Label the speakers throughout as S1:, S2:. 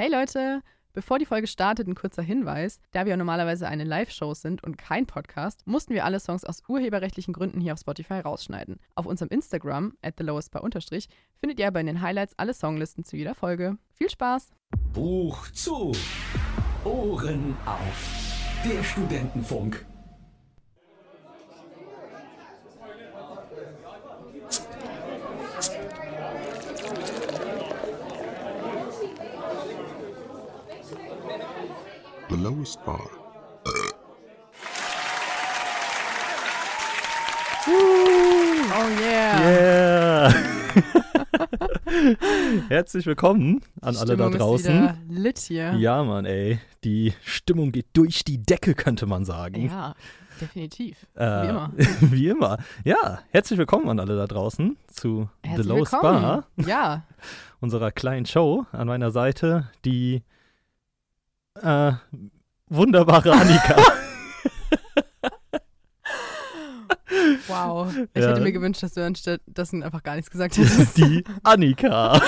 S1: Hey Leute, bevor die Folge startet, ein kurzer Hinweis. Da wir ja normalerweise eine Live-Show sind und kein Podcast, mussten wir alle Songs aus urheberrechtlichen Gründen hier auf Spotify rausschneiden. Auf unserem Instagram, at findet ihr aber in den Highlights alle Songlisten zu jeder Folge. Viel Spaß!
S2: Buch zu. Ohren auf. Der Studentenfunk.
S3: The lowest bar.
S1: Oh yeah!
S4: Yeah! Herzlich willkommen an alle da
S1: Stimmung ist
S4: draußen.
S1: wieder Lit hier.
S4: Ja, Mann, ey. Die Stimmung geht durch die Decke, könnte man sagen.
S1: Ja, definitiv. Wie
S4: Äh,
S1: immer.
S4: Wie immer. Ja, herzlich willkommen an alle da draußen zu
S1: Herzlich
S4: The Lowest
S1: willkommen.
S4: Bar,
S1: Ja,
S4: unserer kleinen Show. An meiner Seite die äh, wunderbare Annika.
S1: wow. Ich
S4: Ja.
S1: hätte mir gewünscht, dass du anstattdessen einfach gar nichts gesagt hättest.
S4: die Annika.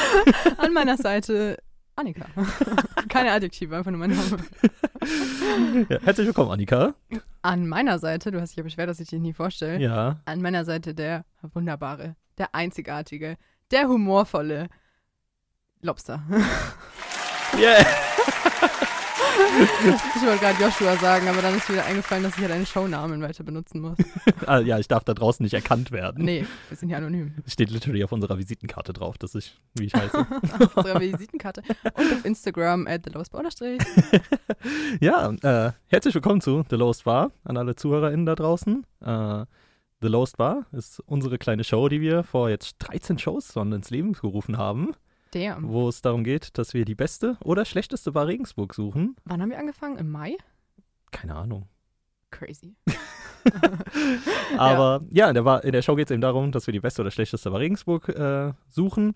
S1: An meiner Seite Annika. Keine Adjektive, einfach nur mein Name.
S4: Ja, herzlich willkommen, Annika.
S1: An meiner Seite, du hast dich ja beschwert, dass ich dich nie vorstelle.
S4: Ja.
S1: An meiner Seite der wunderbare, der einzigartige, der humorvolle Lobster.
S4: Yeah.
S1: Ich wollte gerade Joshua sagen, aber dann ist mir wieder eingefallen, dass ich ja deinen Shownamen weiter benutzen muss.
S4: Ah, ja, ich darf da draußen nicht erkannt werden.
S1: Nee, wir sind ja anonym.
S4: Steht literally auf unserer Visitenkarte drauf, dass ich, wie ich heiße.
S1: Auf unserer Visitenkarte und auf Instagram at thelobster_unterstrich.
S4: ja, äh, herzlich willkommen zu The Lowest Bar an alle ZuhörerInnen da draußen. Äh, The Lowest Bar ist unsere kleine Show, die wir vor jetzt 13 Shows schon ins Leben gerufen haben,
S1: Damn.
S4: wo es darum geht, dass wir die beste oder schlechteste Bar Regensburg suchen.
S1: Wann haben wir angefangen? Im Mai?
S4: Keine Ahnung.
S1: Crazy.
S4: Aber ja, in, der, Wa- in der Show geht es eben darum, dass wir die beste oder schlechteste Bar Regensburg äh, suchen.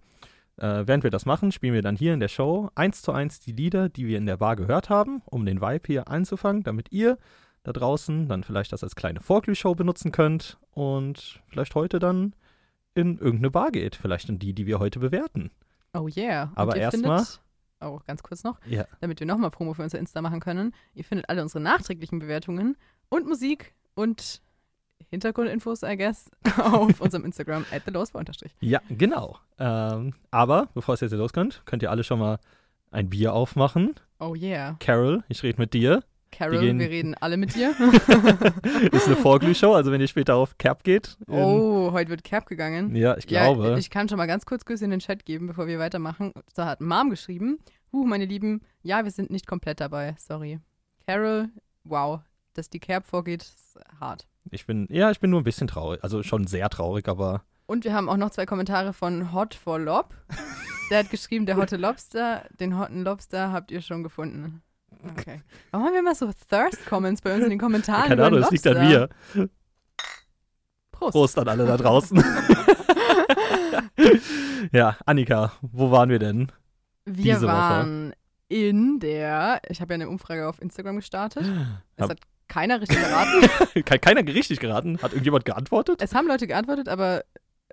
S4: Äh, während wir das machen, spielen wir dann hier in der Show eins zu eins die Lieder, die wir in der Bar gehört haben, um den Vibe hier einzufangen, damit ihr da draußen dann vielleicht das als kleine Vorglühshow benutzen könnt und vielleicht heute dann in irgendeine Bar geht. Vielleicht in die, die wir heute bewerten.
S1: Oh yeah. Und
S4: Aber
S1: ihr
S4: erst
S1: findet-
S4: mal-
S1: Oh, ganz kurz noch.
S4: Ja.
S1: damit wir nochmal Promo für unser Insta machen können. Ihr findet alle unsere nachträglichen Bewertungen und Musik und Hintergrundinfos, I guess, auf unserem Instagram at unterstrich.
S4: Ja, genau. Ähm, aber bevor es jetzt hier losgeht, könnt ihr alle schon mal ein Bier aufmachen.
S1: Oh yeah.
S4: Carol, ich rede mit dir.
S1: Carol,
S4: Die gehen-
S1: wir reden alle mit dir.
S4: ist eine Vorglühshow, also wenn ihr später auf Cap geht. in-
S1: oh, heute wird Cap gegangen.
S4: Ja, ich glaube.
S1: Ja, ich kann schon mal ganz kurz Grüße in den Chat geben, bevor wir weitermachen. Da hat Mom geschrieben, huh, meine Lieben, ja, wir sind nicht komplett dabei, sorry. Carol, wow, dass die Cap vorgeht, ist hart.
S4: ich bin, ja, ich bin nur ein bisschen traurig. Also schon sehr traurig, aber
S1: Und wir haben auch noch zwei Kommentare von Hot for Lob. Der hat geschrieben, der Hotte Lobster, den Hotten Lobster habt ihr schon gefunden. Okay. Warum haben wir immer so Thirst-Comments bei uns in den Kommentaren?
S4: keine
S1: über den
S4: Ahnung, es liegt an
S1: Ah, Lobster?
S4: mir.
S1: Prost.
S4: Prost an alle da draußen. ja, Annika, wo waren wir denn?
S1: Wir
S4: diese Woche.
S1: waren in der, ich habe ja eine Umfrage auf Instagram gestartet. Es
S4: Hab-
S1: hat keiner richtig geraten.
S4: Ke- Keiner richtig geraten. Hat irgendjemand geantwortet?
S1: es haben Leute geantwortet, aber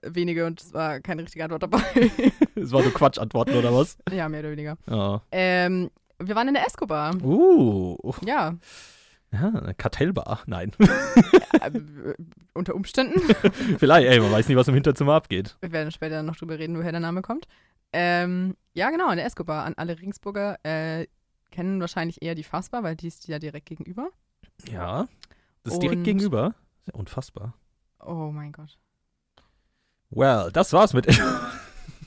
S1: wenige und es war keine richtige Antwort dabei.
S4: Es war nur Quatschantworten oder was?
S1: ja, mehr oder weniger.
S4: Ja.
S1: Ähm, wir waren in der Escobar.
S4: Uh,
S1: Ja,
S4: ja, eine Kartellbar. Nein,
S1: äh, unter Umständen.
S4: vielleicht. Ey, man weiß nie, was im Hinterzimmer abgeht.
S1: Wir werden später noch drüber reden, woher der Name kommt. Ähm, ja, genau, in der Escobar. An alle Ringsburger äh, kennen wahrscheinlich eher die Fassbar, weil die ist ja direkt gegenüber.
S4: Ja, das ist direkt
S1: Und-
S4: gegenüber. Ist ja unfassbar.
S1: Oh mein Gott.
S4: Well, das war's mit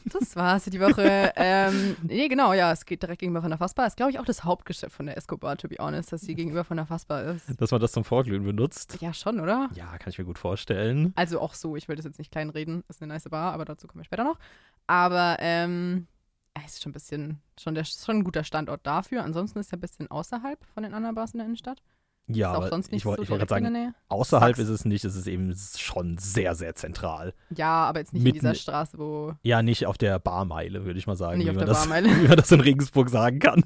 S1: Das war's für die Woche. ähm, nee, genau, ja, es geht direkt gegenüber von der Fassbar. Ist, glaube ich, auch das Hauptgeschäft von der Escobar, to be honest, dass sie gegenüber von der Fassbar ist.
S4: dass man das zum Vorglühen benutzt.
S1: Ja, schon, oder?
S4: Ja, kann ich mir gut vorstellen.
S1: Also auch so, ich will das jetzt nicht kleinreden. Ist eine nice Bar, aber dazu kommen wir später noch. Aber, ähm, es ist schon ein bisschen, schon, der, schon ein guter Standort dafür. Ansonsten ist er ein bisschen außerhalb von den anderen Bars in der Innenstadt.
S4: Ja,
S1: ist auch
S4: aber
S1: sonst nicht
S4: ich wollte
S1: so
S4: ich wollte
S1: direkt
S4: gerade
S1: in der
S4: sagen,
S1: Nähe.
S4: außerhalb
S1: Sachsen.
S4: ist es nicht, es ist eben schon sehr, sehr zentral.
S1: Ja, aber jetzt nicht
S4: Mitten-
S1: in dieser Straße, wo.
S4: Ja, nicht auf der Barmeile, würde ich mal sagen,
S1: Nicht
S4: wie,
S1: auf
S4: man
S1: der
S4: das,
S1: Barmeile.
S4: wie man das in Regensburg sagen kann.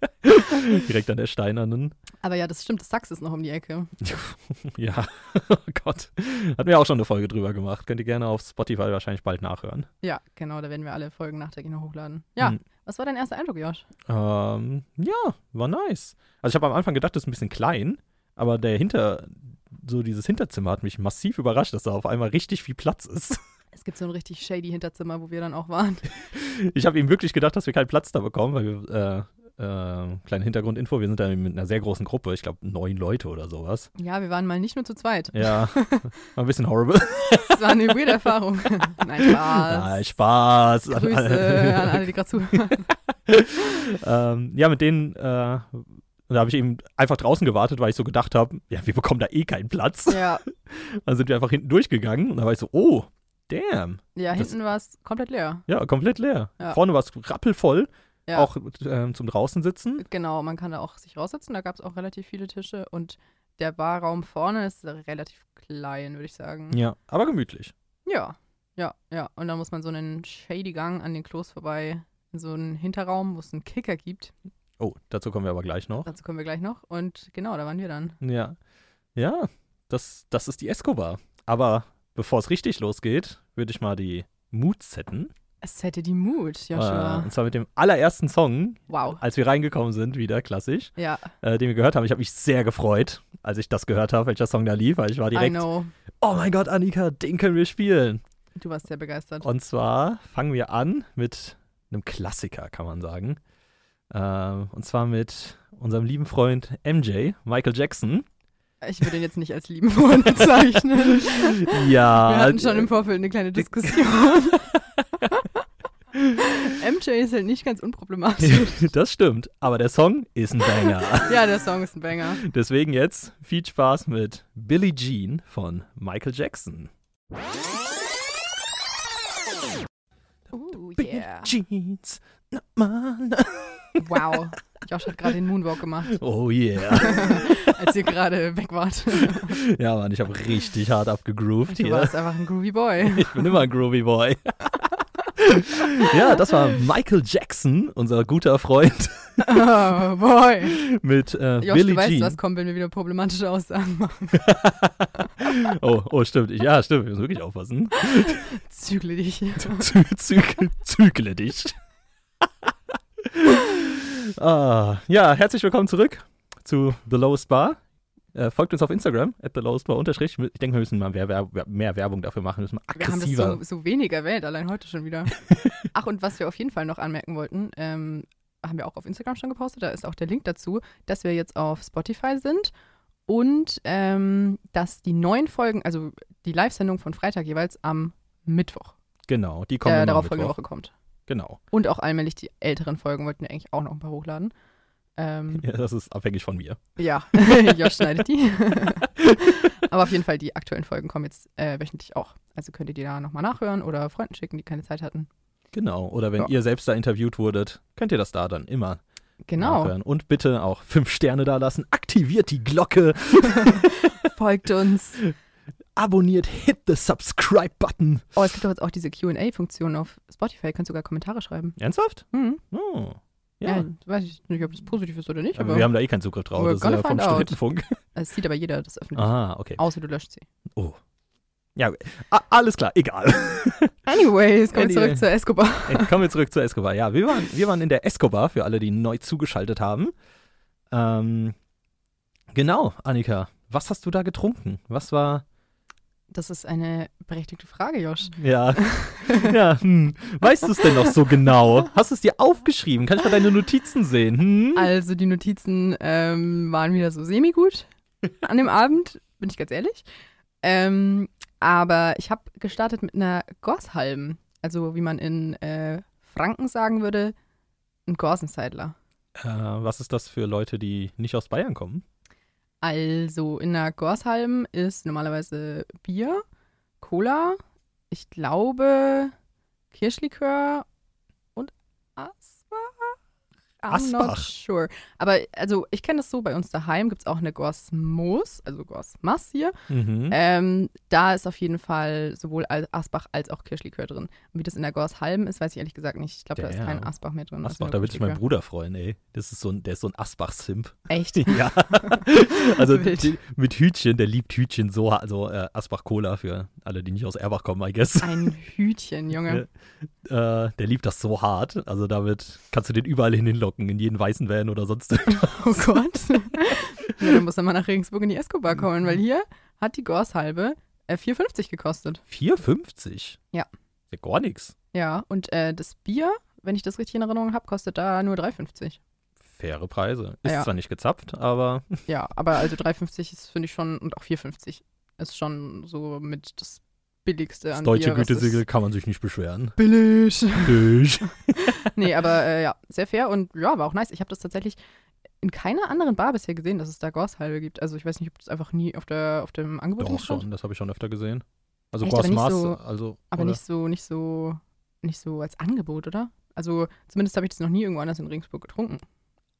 S4: Direkt an der Steinernen.
S1: Aber ja, das stimmt, das Sachs ist noch um die Ecke.
S4: Ja, oh Gott. Hatten wir auch schon eine Folge drüber gemacht. Könnt ihr gerne auf Spotify wahrscheinlich bald nachhören.
S1: Ja, genau, da werden wir alle Folgen nachträglich noch hochladen. Ja,
S4: Hm.
S1: Was war dein erster Eindruck, Josh?
S4: Ähm, ja, war nice. Also ich habe am Anfang gedacht, das ist ein bisschen klein, aber der Hinter, so dieses Hinterzimmer hat mich massiv überrascht, dass da auf einmal richtig viel Platz ist.
S1: Es gibt so ein richtig shady Hinterzimmer, wo wir dann auch waren.
S4: Ich habe eben wirklich gedacht, dass wir keinen Platz da bekommen, weil wir, äh, äh, kleine Hintergrundinfo, wir sind da mit einer sehr großen Gruppe, ich glaube neun Leute oder sowas.
S1: Ja, wir waren mal nicht nur zu zweit.
S4: Ja, war ein bisschen horrible.
S1: Das war eine weirde Erfahrung. Nein, Spaß.
S4: Nein, Spaß. an
S1: Grüße an alle, die gerade zuhören.
S4: ähm, ja, mit denen, äh, da habe ich eben einfach draußen gewartet, weil ich so gedacht habe, ja, wir bekommen da eh keinen Platz.
S1: Ja,
S4: Dann sind wir einfach hinten durchgegangen und da war ich so, oh, damn.
S1: ja
S4: Das-
S1: hinten war es komplett leer.
S4: Ja, komplett leer.
S1: Ja.
S4: Vorne war es rappelvoll,
S1: Ja.
S4: auch ähm, zum draußen sitzen.
S1: Genau, man kann da auch sich raussetzen. Da gab es auch relativ viele Tische und der Barraum vorne ist relativ klein, würde ich sagen.
S4: Ja, aber gemütlich.
S1: Ja, ja, ja. Und dann muss man so einen shady Gang an den Klos vorbei, in so einen Hinterraum, wo es einen Kicker gibt.
S4: Oh, dazu kommen wir aber gleich noch.
S1: Dazu kommen wir gleich noch. Und genau, da waren wir dann.
S4: Ja. Ja, das, das ist die Escobar. Aber bevor es richtig losgeht, würde ich mal die Mood setten.
S1: Es hätte die Mut,
S4: Äh,
S1: Joshua.
S4: und zwar mit dem allerersten Song,
S1: wow.
S4: als wir reingekommen sind, wieder klassisch,
S1: Ja,
S4: äh, den wir gehört haben. Ich habe mich sehr gefreut, als ich das gehört habe, welcher Song da lief, weil ich war
S1: I
S4: direkt,
S1: know.
S4: oh mein Gott, Annika, den können wir spielen.
S1: Du warst sehr begeistert.
S4: Und zwar fangen wir an mit einem Klassiker, kann man sagen. Ähm, und zwar mit unserem lieben Freund MJ, Michael Jackson.
S1: Ich würde ihn jetzt nicht als lieben Freund bezeichnen.
S4: Ja.
S1: Wir hatten schon
S4: äh,
S1: im Vorfeld eine kleine Diskussion. MJ ist halt nicht ganz unproblematisch.
S4: das stimmt, aber der Song ist ein Banger.
S1: Ja, der Song ist ein Banger.
S4: Deswegen jetzt viel Spaß mit Billie Jean von Michael Jackson.
S1: Oh
S4: Billie Jeans, na, man, na.
S1: Wow. Josh hat gerade den Moonwalk gemacht,
S4: Oh yeah.
S1: als ihr gerade weg wart.
S4: ja, Mann, ich habe richtig hart abgegroovt
S1: Du
S4: hier.
S1: warst einfach ein groovy Boy.
S4: Ich bin immer ein Groovy Boy. ja, das war Michael Jackson, unser guter Freund,
S1: Oh, boy.
S4: mit äh,
S1: Josh,
S4: Billie
S1: du weißt,
S4: Jean.
S1: was kommt, wenn wir wieder problematische Aussagen machen.
S4: Oh, oh, stimmt. Ich- Ja, stimmt. Wir müssen wirklich aufpassen.
S1: Zügle dich.
S4: Zü züg zügle dich. ah, ja, herzlich willkommen zurück zu The Lowest Bar. Äh, folgt uns auf Instagram, at the lowest bar unterstrich. Ich denke, wir müssen mal mehr, Werb- mehr Werbung dafür machen. Wir müssen mal
S1: Wir haben das
S4: aggressiver.
S1: so, so wenig erwähnt, allein heute schon wieder. Ach, und was wir auf jeden Fall noch anmerken wollten, ähm, haben wir auch auf Instagram schon gepostet, da ist auch der Link dazu, dass wir jetzt auf Spotify sind und ähm, dass die neuen Folgen, also die Live-Sendung von Freitag jeweils am Mittwoch,
S4: genau, die kommen
S1: der
S4: immer
S1: darauf
S4: am
S1: folgende
S4: Mittwoch.
S1: Woche kommt.
S4: Genau.
S1: Und auch allmählich die älteren Folgen wollten wir eigentlich auch noch ein paar hochladen. Ähm,
S4: Ja, das ist abhängig von mir.
S1: ja, Josh schneidet die. Aber auf jeden Fall, die aktuellen Folgen kommen jetzt äh, wöchentlich auch. Also könnt ihr die da nochmal nachhören oder Freunden schicken, die keine Zeit hatten.
S4: Genau. Oder wenn
S1: Ja.
S4: ihr selbst da interviewt wurdet, könnt ihr das da dann immer
S1: Genau.
S4: nachhören. Und bitte auch fünf Sterne da lassen. Aktiviert die Glocke.
S1: Folgt uns.
S4: Abonniert. Hit the Subscribe-Button.
S1: Oh, es gibt doch jetzt auch diese QA-Funktion auf Spotify. Kannst sogar Kommentare schreiben.
S4: Ernsthaft?
S1: Hm.
S4: Oh.
S1: Ja.
S4: Ja.
S1: weiß ich nicht, ob das positiv ist oder nicht,
S4: Aber
S1: aber,
S4: wir haben da eh keinen Zugriff drauf.
S1: We're
S4: Das ist ja
S1: gonna
S4: vom
S1: find out.
S4: Studentenfunk.
S1: es sieht aber jeder das öffentlich.
S4: Aha, okay.
S1: Außer du löscht sie.
S4: Ja, a- alles klar, egal.
S1: Anyways, kommen wir
S4: Anyway.
S1: zurück zur Escobar.
S4: Ey, Kommen wir zurück zur Escobar. Ja, wir waren, wir waren in der Escobar, für alle, die neu zugeschaltet haben. Ähm, genau, Annika, was hast du da getrunken? Was war.
S1: Das ist eine berechtigte Frage, Josh.
S4: Ja. ja, hm. Weißt du es denn noch so genau? Hast du es dir aufgeschrieben? Kann ich mal deine Notizen sehen? Hm?
S1: Also die Notizen ähm, waren wieder so semi-gut an dem Abend, bin ich ganz ehrlich. Ähm, aber ich habe gestartet mit einer Gosshalm. Also wie man in äh, Franken sagen würde, ein Gorsenseidler.
S4: Äh, was ist das für Leute, die nicht aus Bayern kommen?
S1: Also in der Gorshalm ist normalerweise Bier, Cola, ich glaube Kirschlikör und Asbach. I'm
S4: Asbach.
S1: not sure. Aber also ich kenne das so, bei uns daheim gibt es auch eine Gosmos, also Gosmas hier.
S4: Mhm.
S1: Ähm, da ist auf jeden Fall sowohl Al- Asbach als auch Kirschlikör drin. Und wie das in der Gorshalm ist, weiß ich ehrlich gesagt nicht. Ich glaube, da ist kein
S4: Damn.
S1: Asbach mehr drin. also
S4: Asbach,
S1: nur
S4: da würde ich meinen
S1: Kirschlikör.
S4: Bruder freuen, ey. Das ist so ein, der ist so ein Asbach-Simp.
S1: Echt?
S4: ja. also
S1: Wild.
S4: die, mit Hütchen, der liebt Hütchen so, also äh, Asbach-Cola für alle, die nicht aus Erbach kommen, I guess.
S1: Ein Hütchen, Junge.
S4: Äh, der liebt das so hart. Also damit kannst du den überall hin hinlocken, in jeden weißen Van oder sonst.
S1: Oh Gott. ja, dann muss er mal nach Regensburg in die Escobar kommen, weil hier hat die Gorshalbe äh, 4,50 gekostet.
S4: 4,50?
S1: Ja.
S4: Ist Ja, gar nichts.
S1: Ja, und äh, das Bier, wenn ich das richtig in Erinnerung habe, kostet da nur 3,50.
S4: Faire Preise. Ist
S1: Ja.
S4: zwar nicht gezapft, aber
S1: Ja, aber also 3,50 ist, finde ich schon, und auch 4,50 ist schon so mit das Billigste
S4: das
S1: an
S4: deutsche
S1: Bier, was es-
S4: Gütesiegel kann man sich nicht beschweren.
S1: Billig.
S4: Durch.
S1: nee, aber äh, ja, sehr fair und ja, war auch nice. Ich habe das tatsächlich in keiner anderen Bar bisher gesehen, dass es da Gorshalbe gibt. Also ich weiß nicht, ob das einfach nie auf, der, auf dem Angebot drin
S4: Doch
S1: stand.
S4: schon, das habe ich schon öfter gesehen. Also
S1: Echt, aber
S4: Gors
S1: nicht
S4: Maß,
S1: so-
S4: also
S1: Aber
S4: oder?
S1: nicht so, nicht so, nicht so als Angebot, oder? Also zumindest habe ich das noch nie irgendwo anders in Regensburg getrunken.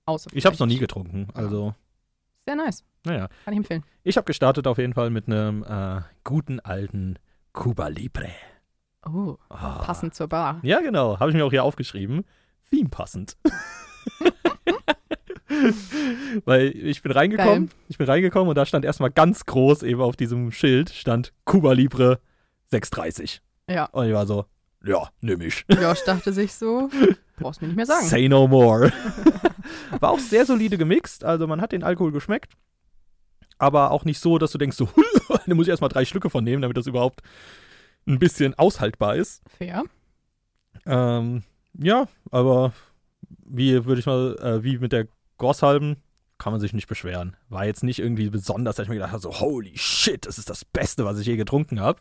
S1: Außer
S4: Ich habe es noch nie
S1: vielleicht-
S4: getrunken. Also,
S1: Sehr nice,
S4: naja.
S1: kann ich empfehlen.
S4: Ich habe gestartet auf jeden Fall mit einem äh, guten alten Cuba Libre.
S1: Oh,
S4: Ah.
S1: passend zur Bar.
S4: Ja, genau. Habe ich mir auch hier aufgeschrieben. Theme passend. Weil ich bin reingekommen, ich bin reingekommen und da stand erstmal ganz groß eben auf diesem Schild stand Cuba Libre 630.
S1: Ja.
S4: Und ich war so, ja, nehme ich.
S1: Josh dachte sich so, brauchst mir nicht mehr sagen.
S4: Say no more. War auch sehr solide gemixt, also man hat den Alkohol geschmeckt. Aber auch nicht so, dass du denkst, so, da muss ich erstmal drei Schlücke von nehmen, damit das überhaupt ein bisschen aushaltbar ist.
S1: Fair.
S4: Ähm, ja, aber wie würde ich mal, äh, wie mit der Gorshalben, kann man sich nicht beschweren. War jetzt nicht irgendwie besonders, dass ich mir gedacht habe, so, holy shit, das ist das Beste, was ich je getrunken habe.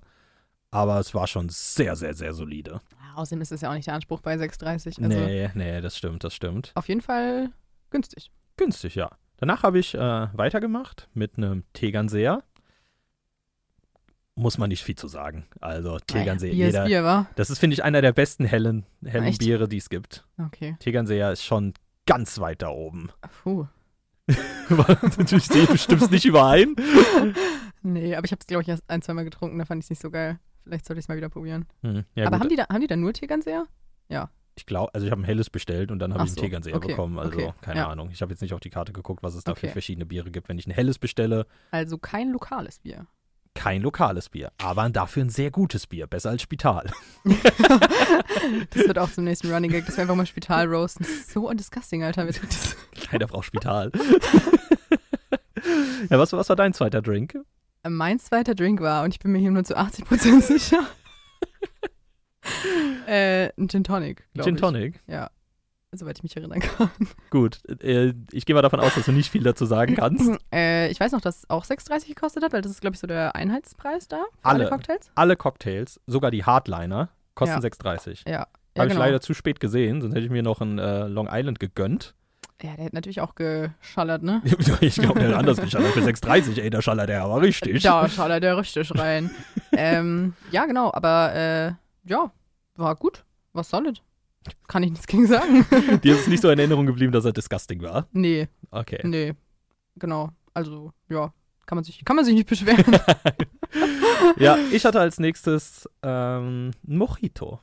S4: Aber es war schon sehr, sehr, sehr solide.
S1: Außerdem ist es ja auch nicht der Anspruch bei 6,30. Also
S4: nee, nee, das stimmt, das stimmt.
S1: auf jeden Fall günstig.
S4: Günstig, ja. Danach habe ich äh, weitergemacht mit einem Tegernseer. Muss man nicht viel zu sagen. Also Tegernseer,
S1: Naja, Bier
S4: jeder.
S1: ist Bier, war.
S4: Das ist, finde ich, einer der besten hellen, hellen
S1: Echt?
S4: Biere, die es gibt.
S1: Okay.
S4: Tegernseer ist schon ganz weit da oben.
S1: Puh.
S4: Natürlich sehe ich bestimmt nicht überein.
S1: Nee, aber ich habe es, glaube ich, erst ein, zweimal getrunken, da fand ich es nicht so geil. Vielleicht sollte ich es mal wieder probieren.
S4: Hm, ja,
S1: aber
S4: gut.
S1: haben die, da, haben die da nur Tegernseher?
S4: ich glaube, also ich habe ein helles bestellt und dann habe
S1: Ach
S4: ich einen
S1: so,
S4: Tegernseher
S1: okay,
S4: bekommen. Also
S1: okay,
S4: keine
S1: ja.
S4: Ahnung. Ich habe jetzt nicht auf die Karte geguckt, was es da für
S1: Okay.
S4: verschiedene Biere gibt. Wenn ich ein helles bestelle,
S1: Also kein lokales Bier.
S4: kein lokales Bier, aber dafür ein sehr gutes Bier, besser als Spital.
S1: Das wird auch zum nächsten Running Gag, dass wir einfach mal Spital roasten. Das ist so disgusting, Alter. Wir tun das.
S4: Leider braucht Spital. ja, was, was war dein zweiter Drink?
S1: Mein zweiter Drink war, und ich bin mir hier nur zu 80% sicher, äh, ein Gin Tonic, glaube ich.
S4: Gin Tonic.
S1: Ja, soweit ich mich erinnern kann.
S4: Gut, äh, ich gehe mal davon aus, dass du nicht viel dazu sagen kannst.
S1: Äh, ich weiß noch, dass es auch 6,30 gekostet hat, weil das ist, glaube ich, so der Einheitspreis da für
S4: Alle.
S1: alle Cocktails.
S4: Alle Cocktails, sogar die Hardliner, kosten
S1: Ja.
S4: 6,30.
S1: Ja, genau.
S4: Habe ich leider zu spät gesehen, sonst hätte ich mir noch ein äh, Long Island gegönnt.
S1: ja, der hätte natürlich auch geschallert, ne?
S4: ich glaube, der hat anders geschallert. Für 6,30, ey, der schallert der aber richtig.
S1: Da schallert er richtig rein. ähm, ja, genau, aber äh, ja, war gut, war solid. Kann ich nichts gegen sagen.
S4: Dir ist es nicht so in Erinnerung geblieben, dass er disgusting war.
S1: nee,
S4: Okay.
S1: Nee, genau. Also, ja, kann man sich, kann man sich nicht beschweren.
S4: Ja, ich hatte als nächstes ähm, ein Mojito.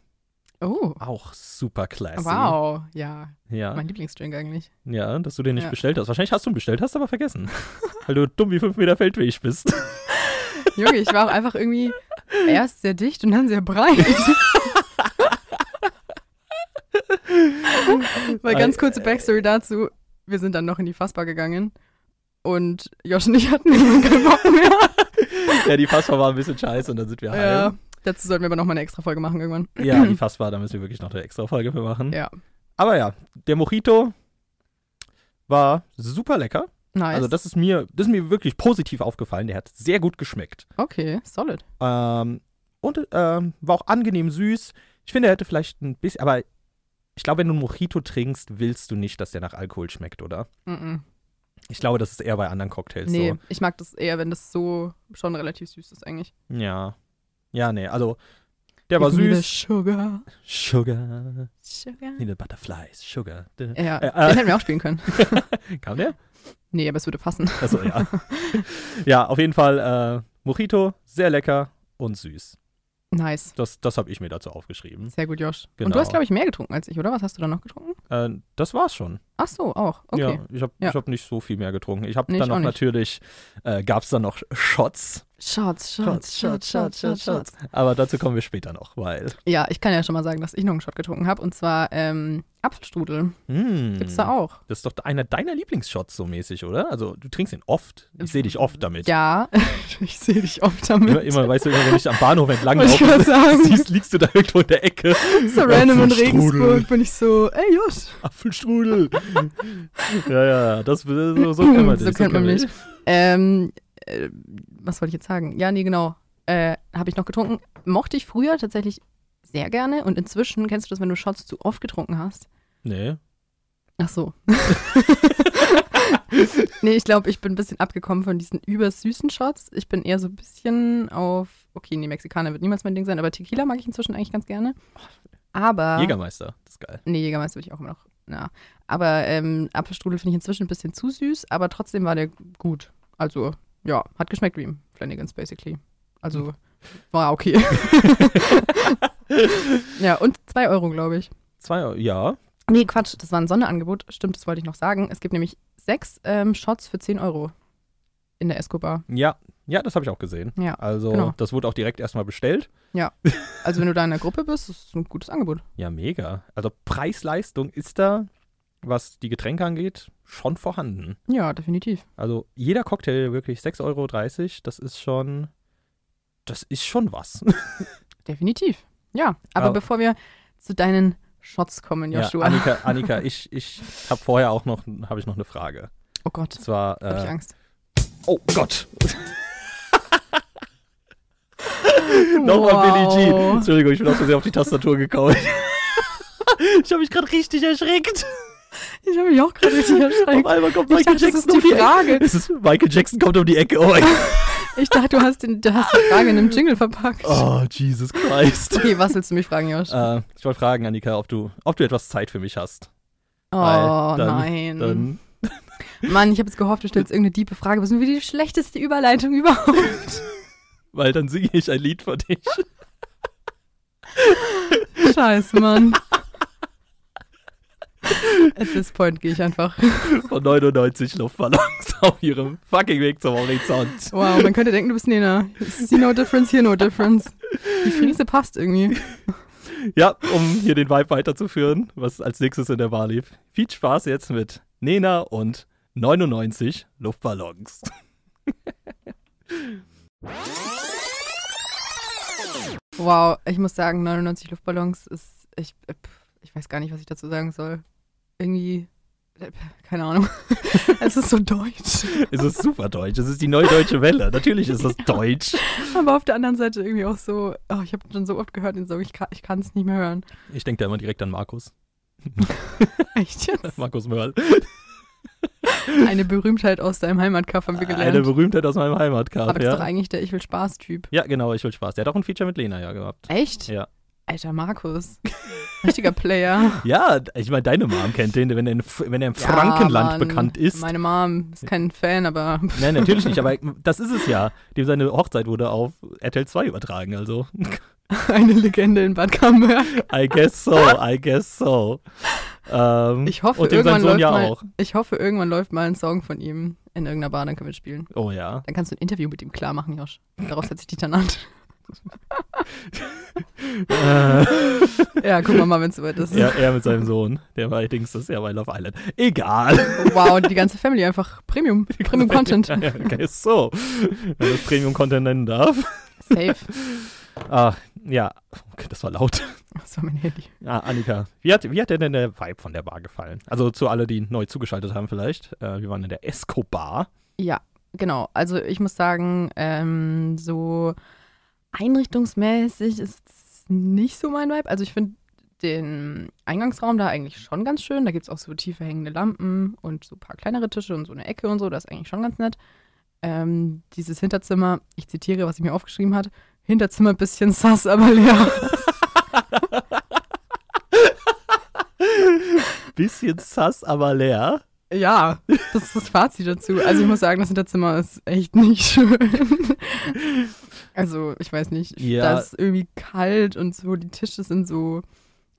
S1: Oh,
S4: Auch super classy.
S1: wow. Ja,
S4: Ja,
S1: mein Lieblingsdrink eigentlich.
S4: ja, dass du den nicht
S1: Ja.
S4: bestellt hast. Wahrscheinlich hast du ihn bestellt, hast aber vergessen. Weil du dumm wie 5 Meter Feldweg bist.
S1: Junge, ich war auch einfach irgendwie erst sehr dicht und dann sehr breit. Weil
S4: Äh,
S1: ganz kurze Backstory dazu, wir sind dann noch in die Fassbar gegangen und Josh und ich hatten irgendwann keinen Bock mehr.
S4: ja, die Fassbar war ein bisschen scheiße und dann sind wir
S1: Ja,
S4: heim.
S1: dazu sollten wir aber noch mal eine extra Folge machen irgendwann.
S4: Ja, die Fassbar, da müssen wir wirklich noch eine extra Folge für machen.
S1: Ja.
S4: Aber ja, der Mojito war super lecker.
S1: Nice.
S4: Also das ist mir, das ist mir wirklich positiv aufgefallen. Der hat sehr gut geschmeckt.
S1: okay, solid.
S4: Ähm, und ähm, war auch angenehm süß. Ich finde, er hätte vielleicht ein bisschen, aber ich glaube, wenn du einen Mojito trinkst, willst du nicht, dass der nach Alkohol schmeckt, oder?
S1: Mm -mm.
S4: Ich glaube, das ist eher bei anderen Cocktails
S1: Nee, ich mag das eher, wenn das so schon relativ süß ist eigentlich.
S4: so. Ja. Ja, nee, also Der war
S1: Give me the
S4: süß.
S1: Sugar.
S4: Sugar.
S1: Sugar.
S4: Need a butterflies. Sugar. Dä-
S1: Ja,
S4: Äh, äh.
S1: den hätten wir auch spielen können. Äh.
S4: Kam der?
S1: Nee, aber es würde passen.
S4: Achso, ja. ja, auf jeden Fall äh, Mojito, sehr lecker und süß.
S1: Nice.
S4: Das, das habe ich mir dazu aufgeschrieben.
S1: Sehr gut, Josh. Und
S4: Genau.
S1: du hast, glaube ich, mehr getrunken als ich, oder? Was hast du da noch getrunken?
S4: Äh, das war's schon.
S1: Ach so, auch. Okay.
S4: Ja, ich habe
S1: Ja.
S4: ich hab nicht so viel mehr getrunken. Ich habe
S1: Nee, ich
S4: dann
S1: auch
S4: noch
S1: nicht.
S4: natürlich, äh, gab es dann noch Shots.
S1: Shots, Shots, Shots, Shots, Shots, Shots.
S4: Aber dazu kommen wir später noch, weil.
S1: Ja, ich kann ja schon mal sagen, dass ich noch einen Shot getrunken habe. Und zwar ähm, Apfelstrudel.
S4: Hm,
S1: Gibt's da auch.
S4: Das ist doch einer deiner Lieblingsshots so mäßig, oder? Also du trinkst ihn oft. Ich sehe dich oft damit.
S1: Ähm, Ja, ich sehe dich oft damit.
S4: Immer, immer, weißt du, immer wenn ich am Bahnhof entlang
S1: Wollte ich
S4: laufe,
S1: grad sagen.
S4: siehst, liegst du da irgendwo in der Ecke.
S1: so random in
S4: Apfelstrudel.
S1: Regensburg bin ich so, ey Josh.
S4: Apfelstrudel. ja, ja, das so, so kann man
S1: So
S4: dich.
S1: kennt man mich.
S4: dich.
S1: Ähm, äh, was wollte ich jetzt sagen? Ja, nee, genau. Äh, habe ich noch getrunken. Mochte ich früher tatsächlich sehr gerne. Und inzwischen kennst du das, wenn du Shots zu oft getrunken hast.
S4: Nee.
S1: Ach so. nee, ich glaube, ich bin ein bisschen abgekommen von diesen übersüßen Shots. Ich bin eher so ein bisschen auf, okay, nee, Mexikaner wird niemals mein Ding sein, aber Tequila mag ich inzwischen eigentlich ganz gerne. Aber.
S4: Jägermeister, das ist geil.
S1: Nee, Jägermeister würde ich auch immer noch. Ja. Aber ähm, Apfelstrudel finde ich inzwischen ein bisschen zu süß, aber trotzdem war der gut. Also, ja, hat geschmeckt wie im Flanagan's basically.
S4: Hm.
S1: Also, war okay. ja, und 2 Euro, glaube ich.
S4: Zwei, ja.
S1: Nee, Quatsch, das war ein Sonderangebot. Stimmt, das wollte ich noch sagen. Es gibt nämlich sechs ähm, Shots für 10 Euro in der Escobar.
S4: Ja, ja, das habe ich auch gesehen.
S1: Ja,
S4: Also,
S1: genau.
S4: das wurde auch direkt erstmal bestellt.
S1: Also, wenn du da in der Gruppe bist, ist es ein gutes Angebot.
S4: Ja, mega. Also, Preis-Leistung ist da, was die Getränke angeht, schon vorhanden.
S1: Ja, definitiv.
S4: Also, jeder Cocktail wirklich 6,30 Euro, das ist schon. Das ist schon was.
S1: Definitiv. Ja, aber
S4: Aber-
S1: bevor wir zu deinen Shots kommen,
S4: Ja,
S1: Joshua.
S4: Annika, Annika ich, ich habe vorher auch noch, hab ich noch eine Frage.
S1: oh Gott,
S4: Und zwar.
S1: habe ich
S4: Äh,
S1: Angst.
S4: oh Gott! Nochmal
S1: Wow.
S4: Billie Jean. Entschuldigung, ich bin auch so sehr auf die Tastatur gekommen. ich habe mich gerade richtig erschreckt.
S1: Ich habe mich auch gerade richtig
S4: Auf
S1: erschreckt.
S4: einmal kommt
S1: Ich
S4: Michael
S1: dachte, das
S4: Jackson
S1: ist die
S4: um die Ecke.
S1: Frage.
S4: Es ist, Michael Jackson kommt um die Ecke. Oh, mein-
S1: Ich dachte, du hast, den, du hast die Frage in einem Jingle verpackt.
S4: oh Jesus Christ.
S1: Okay, was willst du mich fragen, Josh?
S4: äh, ich wollte fragen, Annika, ob du, ob du etwas Zeit für mich hast.
S1: oh
S4: weil dann-
S1: nein.
S4: Dann,
S1: Mann, ich habe jetzt gehofft, du stellst irgendeine diepe Frage. Was ist denn wieder die schlechteste Überleitung überhaupt?
S4: weil dann singe ich ein Lied für dich.
S1: Scheiß, Mann. At this point gehe ich einfach.
S4: von 99 Luftballons auf ihrem fucking Weg zum Horizont.
S1: Wow, man könnte denken, du bist Nena. See no difference, here no difference. Die Friese passt irgendwie.
S4: Ja, um hier den Vibe weiterzuführen, was als nächstes in der Bar lief. Viel Spaß jetzt mit Nena und 99 Luftballons.
S1: Wow, ich muss sagen, 99 Luftballons ist. Ich, äh, pf, ich weiß gar nicht, was ich dazu sagen soll. Irgendwie. äh, Keine Ahnung. es ist so deutsch.
S4: Es ist super deutsch. Es ist die neue deutsche Welle. Natürlich ist es deutsch.
S1: Aber auf der anderen Seite irgendwie auch so. Oh, ich habe schon so oft gehört, den Song, ich kann es nicht mehr hören.
S4: Ich denke da immer direkt an Markus.
S1: Echt jetzt?
S4: Markus Mörl.
S1: Eine Berühmtheit aus deinem Heimatkaff haben wir
S4: Eine
S1: gelernt.
S4: Berühmtheit aus meinem
S1: Aber
S4: Heimatkampf.
S1: das ist doch
S4: Ja.
S1: eigentlich der Ich will Spaß-Typ.
S4: ja, genau. Ich will Spaß. Der hat auch ein Feature mit Lena ja gehabt.
S1: Echt?
S4: Ja.
S1: Alter Markus. Richtiger Player.
S4: Ja, ich meine, deine Mom kennt den, wenn er in, wenn er im Frankenland
S1: Ja, Mann.
S4: bekannt ist.
S1: Meine Mom ist kein Fan, aber.
S4: Nein, natürlich nicht, aber das ist es ja. Dem seine Hochzeit wurde auf RTL 2 übertragen, also.
S1: Eine Legende in Bad Camberg.
S4: I guess so, I guess so. Ähm,
S1: Ich hoffe,
S4: und dem
S1: irgendwann
S4: sein Sohn
S1: läuft
S4: ja
S1: mal,
S4: auch.
S1: Ich hoffe, irgendwann läuft mal ein Song von ihm in irgendeiner Bar, dann können wir es spielen.
S4: Oh ja.
S1: Dann kannst du ein Interview mit ihm klar machen, Josh. Darauf setze ich dich dann an. ja, gucken wir mal, wenn es soweit ist.
S4: ja. Er mit seinem Sohn. Der war allerdings das ist ja bei Love Island. Egal.
S1: Wow, die ganze Family einfach Premium, Premium Content.
S4: Ja, I guess so. Wenn man das Premium Content nennen darf.
S1: Safe.
S4: Ach, ja. Okay, das war laut.
S1: Das war mein Handy.
S4: Ah, Annika, wie hat, wie hat dir denn der Vibe von der Bar gefallen? Also zu alle, die neu zugeschaltet haben vielleicht. Äh, wir waren in der Escobar.
S1: Ja, genau. Also ich muss sagen, ähm, so einrichtungsmäßig ist es nicht so mein Vibe. Also ich finde den Eingangsraum da eigentlich schon ganz schön. Da gibt es auch so tiefe hängende Lampen und so ein paar kleinere Tische und so eine Ecke und so. Das ist eigentlich schon ganz nett. Ähm, dieses Hinterzimmer, ich zitiere, was ich mir aufgeschrieben hat, Hinterzimmer ein bisschen sass, aber leer.
S4: Bisschen sass, aber leer.
S1: Ja, das ist das Fazit dazu. Also ich muss sagen, das Hinterzimmer ist echt nicht schön. Also ich weiß nicht,
S4: Ja.
S1: da ist irgendwie kalt und so, die Tische sind so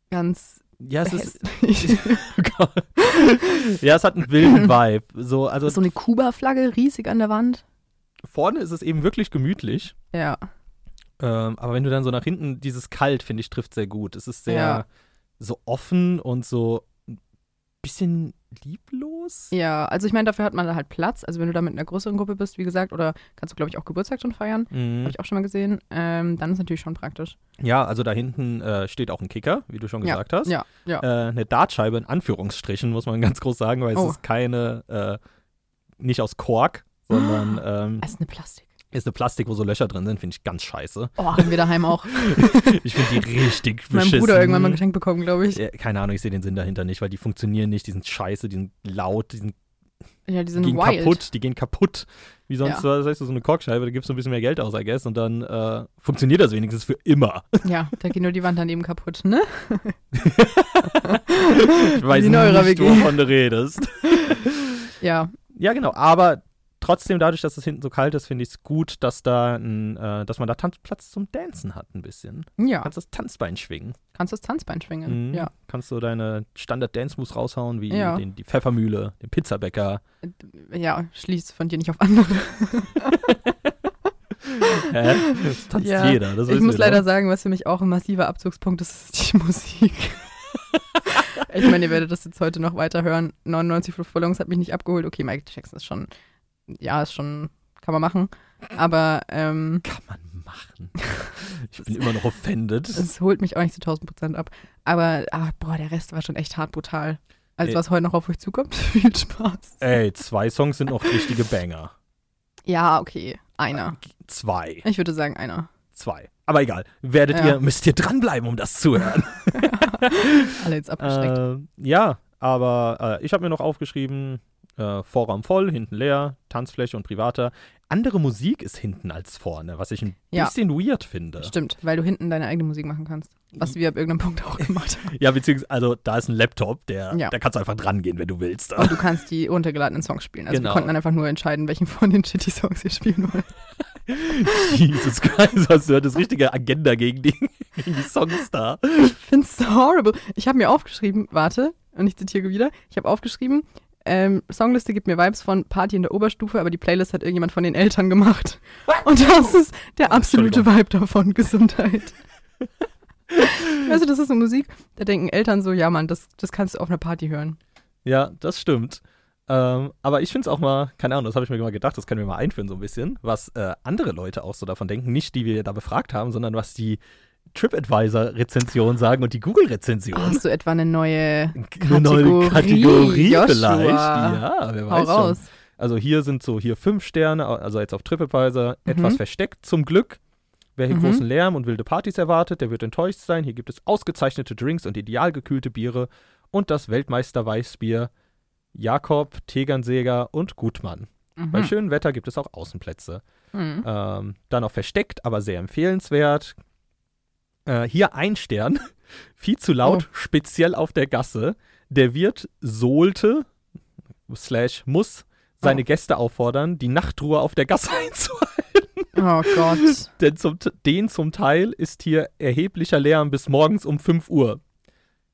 S1: ganz
S4: Ja, es ist.
S1: hässlich.
S4: ja, es hat einen wilden Vibe. So, also
S1: So eine Kuba-Flagge riesig an der Wand.
S4: vorne ist es eben wirklich gemütlich.
S1: Ja,
S4: Ähm, aber wenn du dann so nach hinten, dieses Kalt, finde ich, trifft sehr gut. Es ist sehr
S1: Ja.
S4: so offen und so ein bisschen lieblos.
S1: ja. Also ich meine, dafür hat man da halt Platz. Also wenn du da mit einer größeren Gruppe bist, wie gesagt, oder kannst du, glaube ich, auch Geburtstag schon feiern. Habe
S4: Mhm.
S1: ich auch schon mal gesehen. Ähm, dann ist natürlich schon praktisch.
S4: Ja, also da hinten äh, steht auch ein Kicker, wie du schon
S1: Ja,
S4: gesagt hast.
S1: Ja, ja.
S4: Äh, eine Dartscheibe in Anführungsstrichen, muss man ganz groß sagen, weil
S1: Oh.
S4: es ist keine, äh, nicht aus Kork, sondern ähm,
S1: Das ist eine Plastik.
S4: ist eine Plastik, wo so Löcher drin sind, finde ich ganz scheiße.
S1: Oh, haben wir daheim auch.
S4: Ich finde die richtig beschissen.
S1: mein Bruder irgendwann mal geschenkt bekommen, glaube ich.
S4: Ja, keine Ahnung, ich sehe den Sinn dahinter nicht, weil die funktionieren nicht, die sind scheiße, die sind laut, die sind
S1: Ja, die
S4: Die
S1: sind
S4: gehen
S1: wild.
S4: kaputt, die gehen kaputt. Wie sonst,
S1: Ja.
S4: was weißt du, so eine Korkscheibe, da gibst du ein bisschen mehr Geld aus, I guess, und dann äh, funktioniert das wenigstens für immer.
S1: Ja, da geht nur die Wand daneben kaputt, ne?
S4: Ich weiß
S1: in
S4: nicht,
S1: eurer WG.
S4: wovon du redest.
S1: Ja,
S4: Ja, genau, aber trotzdem, dadurch, dass es hinten so kalt ist, finde ich es gut, dass, da ein, äh, dass man da Tan Platz zum Dancen hat ein bisschen.
S1: ja.
S4: Kannst das Tanzbein schwingen.
S1: Kannst das Tanzbein schwingen.
S4: Mhm.
S1: Ja.
S4: Kannst du deine Standard-Dance-Moves raushauen, wie
S1: Ja.
S4: den, die Pfeffermühle, den Pizzabäcker,
S1: Ja, schließ von dir nicht auf andere.
S4: Hä? Das tanzt
S1: Ja,
S4: jeder. Das
S1: ich
S4: wissen
S1: muss
S4: wir doch.
S1: leider sagen, was für mich auch ein massiver Abzugspunkt ist, ist die Musik. ich meine, ihr werdet das jetzt heute noch weiter hören. 99 Fluff Ballons hat mich nicht abgeholt. Okay, Michael Jackson ist schon, ja, ist schon, kann man machen. Aber ähm,
S4: Kann man machen. Ich bin immer noch offended.
S1: es holt mich auch nicht zu 1000 Prozent ab. Aber, aber boah, der Rest war schon echt hart brutal. Also
S4: Ey.
S1: was heute noch auf euch zukommt, viel Spaß.
S4: Ey, zwei Songs sind noch richtige Banger.
S1: Ja, okay, einer.
S4: Zwei.
S1: Ich würde sagen einer.
S4: Zwei. Aber egal. Werdet
S1: Ja.
S4: ihr, müsst ihr dranbleiben, um das zu hören.
S1: Alle jetzt abgeschreckt.
S4: äh, ja, aber äh, ich habe mir noch aufgeschrieben, äh, Vorraum voll, hinten leer, Tanzfläche und privater. Andere Musik ist hinten als vorne, was ich ein
S1: Ja.
S4: bisschen weird finde.
S1: Stimmt, weil du hinten deine eigene Musik machen kannst. Was wir ab irgendeinem Punkt auch gemacht haben.
S4: Ja, beziehungsweise, also da ist ein Laptop, der,
S1: Ja.
S4: da kannst du einfach dran gehen, wenn du willst.
S1: Und du kannst die runtergeladenen Songs spielen. Also wir
S4: Genau.
S1: konnten dann einfach nur entscheiden, welchen von den shitty Songs wir spielen wollen.
S4: Jesus Christ, hast du das richtige Agenda gegen die, gegen die Songs da.
S1: Find's so horrible. Ich habe mir aufgeschrieben, warte, und ich zitiere wieder, ich habe aufgeschrieben, ähm, Songliste gibt mir Vibes von Party in der Oberstufe, aber die Playlist hat irgendjemand von den Eltern gemacht. Und das ist der absolute Vibe davon, Gesundheit. Weißt du, das ist so Musik, da denken Eltern so, ja Mann, das, das kannst du auf einer Party hören.
S4: Ja, das stimmt. Ähm, aber ich finde es auch mal, keine Ahnung, das habe ich mir mal gedacht, das können wir mal einführen so ein bisschen, was äh, andere Leute auch so davon denken, nicht die wir da befragt haben, sondern was die TripAdvisor-Rezension sagen und die Google-Rezension.
S1: Ah, Hast du etwa eine neue
S4: Eine neue Kategorie
S1: Joshua.
S4: vielleicht. Ja, wer
S1: Hau
S4: weiß
S1: raus.
S4: schon. Also hier sind so hier fünf Sterne, also jetzt auf TripAdvisor, etwas versteckt zum Glück. Wer hier
S1: Mhm.
S4: großen Lärm und wilde Partys erwartet, der wird enttäuscht sein. Hier gibt es ausgezeichnete Drinks und ideal gekühlte Biere und das Weltmeister-Weißbier Jakob, Tegernseger und Gutmann. Bei
S1: Mhm.
S4: schönem Wetter gibt es auch Außenplätze.
S1: Mhm.
S4: Ähm, dann noch versteckt, aber sehr empfehlenswert. Äh, hier ein Stern, viel zu laut,
S1: Oh.
S4: speziell auf der Gasse. Der Wirt sollte, slash muss, seine
S1: Oh.
S4: Gäste auffordern, die Nachtruhe auf der Gasse einzuhalten.
S1: Oh Gott.
S4: Denn zum, den zum Teil ist hier erheblicher Lärm bis morgens um 5 Uhr.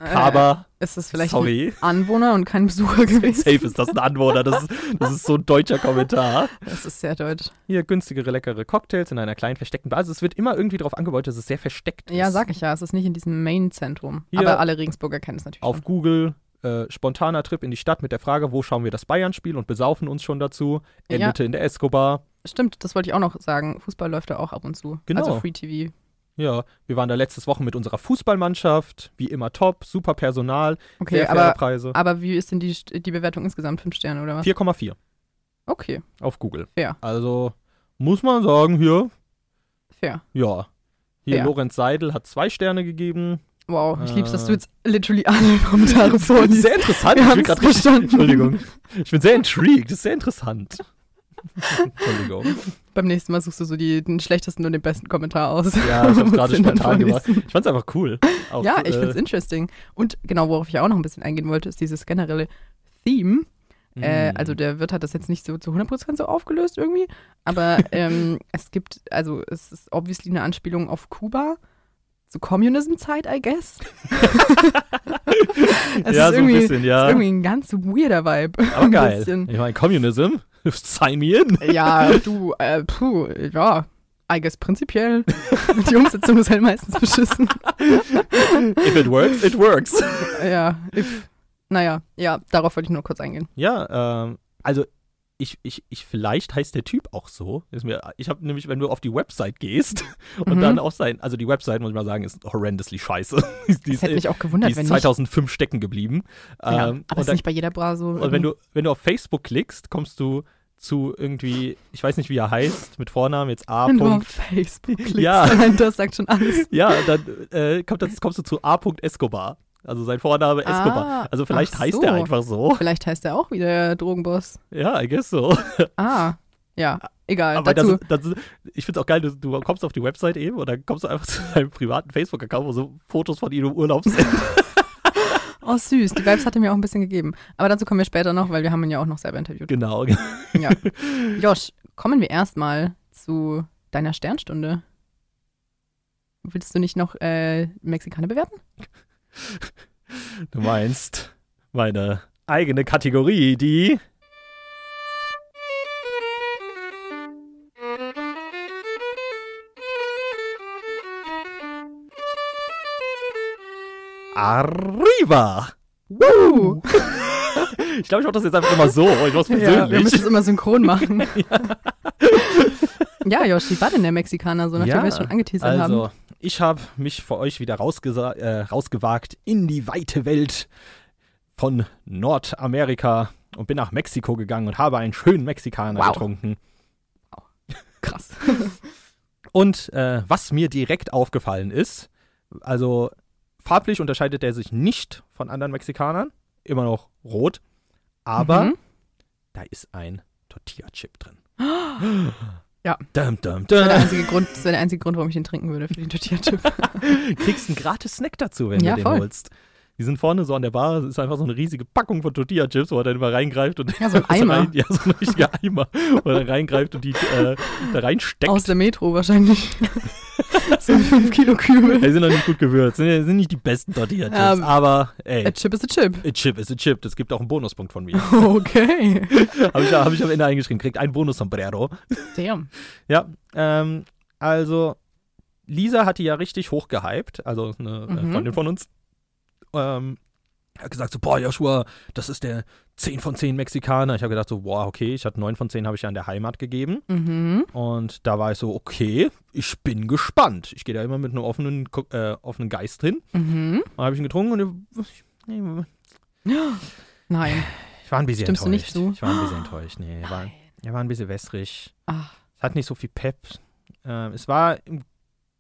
S4: Aber,
S1: Äh, ist es vielleicht
S4: sorry.
S1: ein Anwohner und kein Besucher gewesen?
S4: safe ist das ein Anwohner, das ist, das ist so ein deutscher Kommentar.
S1: Das ist sehr deutsch.
S4: Hier günstigere, leckere Cocktails in einer kleinen, versteckten Bar. Also es wird immer irgendwie darauf angebeutet, dass es sehr versteckt ist.
S1: Ja, sag ich ja. Es ist nicht in diesem Main-Zentrum.
S4: Hier-
S1: Aber alle Regensburger kennen es natürlich.
S4: auf
S1: schon.
S4: Google äh, spontaner Trip in die Stadt mit der Frage, wo schauen wir das Bayern-Spiel und besaufen uns schon dazu.
S1: Ja.
S4: Endete in der Escobar.
S1: Stimmt, das wollte ich auch noch sagen. Fußball läuft da auch ab und zu.
S4: Genau.
S1: Also Free TV.
S4: Ja, wir waren da letztes Wochen mit unserer Fußballmannschaft. Wie immer top, super Personal,
S1: Okay,
S4: sehr faire
S1: aber, ah.
S4: Preise.
S1: aber wie ist denn die, die Bewertung insgesamt? Fünf Sterne oder was?
S4: 4,4
S1: Okay,
S4: auf Google.
S1: Fair.
S4: Also muss man sagen, hier,
S1: fair.
S4: ja. Hier
S1: Fair.
S4: Lorenz Seidel hat zwei Sterne gegeben.
S1: Wow, ich
S4: Äh.
S1: lieb's, dass du jetzt literally alle Kommentare vorliest.
S4: Sehr interessant.
S1: Wir
S4: ich bin
S1: haben's
S4: gerade richtig.
S1: verstanden.
S4: Entschuldigung. Ich bin sehr intrigued. Das ist sehr interessant. Entschuldigung.
S1: Beim nächsten Mal suchst du so die, den schlechtesten und den besten Kommentar aus.
S4: Ja, ich hab's
S1: Musst
S4: gerade
S1: ihn dann
S4: spontan gemacht.
S1: vorlesen.
S4: Ich fand's einfach cool. Auch,
S1: ja, ich
S4: äh,
S1: find's interesting. Und genau, worauf ich auch noch ein bisschen eingehen wollte, ist dieses generelle Theme. Äh,
S4: mh.
S1: also der Wirt hat das jetzt nicht so zu 100% so aufgelöst irgendwie, aber ähm, es gibt, also es ist obviously eine Anspielung auf Kuba, zu Communism-Zeit, I guess. es
S4: ja,
S1: ist
S4: so ein
S1: irgendwie,
S4: bisschen,
S1: ist
S4: ja.
S1: irgendwie ein ganz weirder Vibe.
S4: Aber
S1: Ein
S4: geil.
S1: bisschen.
S4: Ich meine, Communism, sign me in.
S1: Ja, du, äh, puh, ja, I guess prinzipiell. Die Umsetzung ist halt meistens beschissen.
S4: If it works, it works.
S1: ja, if, naja, ja, darauf wollte ich nur kurz eingehen.
S4: Ja, ähm, also ich, ich, ich, vielleicht heißt der Typ auch so. Ist mir, ich habe nämlich, wenn du auf die Website gehst und
S1: Mhm.
S4: dann auf sein, also die Website, muss ich mal sagen, ist horrendously scheiße. Die ist- die
S1: Das hätte
S4: ist,
S1: mich auch
S4: die
S1: gewundert,
S4: ist
S1: wenn nicht.
S4: 2005 stecken geblieben.
S1: Ja,
S4: ähm,
S1: aber
S4: und,
S1: ist
S4: dann,
S1: nicht bei jeder Bra so.
S4: und wenn du, wenn du auf Facebook klickst, kommst du zu irgendwie, ich weiß nicht, wie er heißt, mit Vornamen jetzt A.
S1: wenn du
S4: Punkt,
S1: auf Facebook klickst,
S4: Ja.
S1: allein das sagt schon alles.
S4: Ja, dann äh, kommt das, kommst du zu A. Escobar. Also sein Vorname Escobar.
S1: Ah,
S4: also vielleicht
S1: ach
S4: heißt er
S1: so.
S4: einfach so.
S1: Vielleicht heißt er auch wieder Drogenboss.
S4: Ja, I guess so.
S1: Ah, ja, egal.
S4: Aber das,
S1: Äh, dazu.
S4: ist- das, ist- ich find's auch geil, du, du kommst auf die Website eben und dann kommst du einfach zu deinem privaten Facebook-Account, wo so Fotos von ihm im Urlaub sind.
S1: Oh, süß. Die Vibes hat er mir auch ein bisschen gegeben. Aber dazu kommen wir später noch, weil wir haben ihn ja auch noch selber interviewt.
S4: genau.
S1: Ja. Josh, kommen wir erstmal zu deiner Sternstunde. Willst du nicht noch äh, Mexikaner bewerten?
S4: Du meinst meine eigene Kategorie, die. Arriba!
S1: Uh,
S4: Ich glaube, ich mache das jetzt einfach immer so. Ich mach's
S1: ja, wir
S4: persönlich.
S1: müssen es immer synchron machen. ja, Josh, wie war denn der Mexikaner so, nachdem wir es schon angeteasert
S4: also,
S1: haben?
S4: ich habe mich für euch wieder rausgesa- äh, rausgewagt in die weite Welt von Nordamerika und bin nach Mexiko gegangen und habe einen schönen Mexikaner
S1: Wow.
S4: getrunken.
S1: Krass.
S4: Und äh, was mir direkt aufgefallen ist, also farblich unterscheidet er sich nicht von anderen Mexikanern, immer noch rot, aber
S1: Mhm.
S4: da ist ein Tortilla-Chip drin.
S1: Ja.
S4: Dum, dum,
S1: Das wäre der
S4: dum.
S1: einzige Grund, das wäre der einzige Grund, warum ich den trinken würde für den Tortilla-Chip.
S4: kriegst einen gratis Snack dazu, wenn
S1: Ja,
S4: du den
S1: voll.
S4: holst. Die sind vorne so an der Bar, es ist einfach so eine riesige Packung von Tortilla-Chips, wo er dann immer reingreift und
S1: Ja, so ein Eimer.
S4: Rein, ja, so ein richtiger Eimer, wo er dann reingreift und die äh, da reinsteckt.
S1: Aus der Metro wahrscheinlich. so ein 5 Kilo Kübel.
S4: die sind noch nicht gut gewürzt, sind, sind nicht die besten Tortilla-Chips,
S1: Ähm,
S4: aber ey,
S1: A chip is a chip.
S4: a chip ist a chip, das gibt auch einen Bonuspunkt von mir.
S1: Okay.
S4: Habe ich, hab ich am Ende eingeschrieben, kriegt einen Bonus-Sombrero.
S1: Damn.
S4: Ja, ähm, also Lisa hat die ja richtig hochgehypt, also eine äh,
S1: Mhm.
S4: Freundin von uns. Ähm, hat gesagt so, boah, Joshua, das ist der 10 von 10 Mexikaner. Ich habe gedacht so, boah, okay, ich hatte 9 von 10 habe ich ja in der Heimat gegeben.
S1: Mhm.
S4: Und da war ich so, okay, ich bin gespannt. Ich gehe da immer mit einem offenen, Ko- äh, offenen Geist hin.
S1: Mhm.
S4: Und habe ich ihn getrunken und ich,
S1: Nein.
S4: ich war ein bisschen
S1: Stimmst du nicht zu?
S4: enttäuscht. Ich war ein bisschen enttäuscht. Nee, er war, er war ein bisschen wässrig.
S1: Ach,
S4: Es hat nicht so viel Pep. Ähm, es war im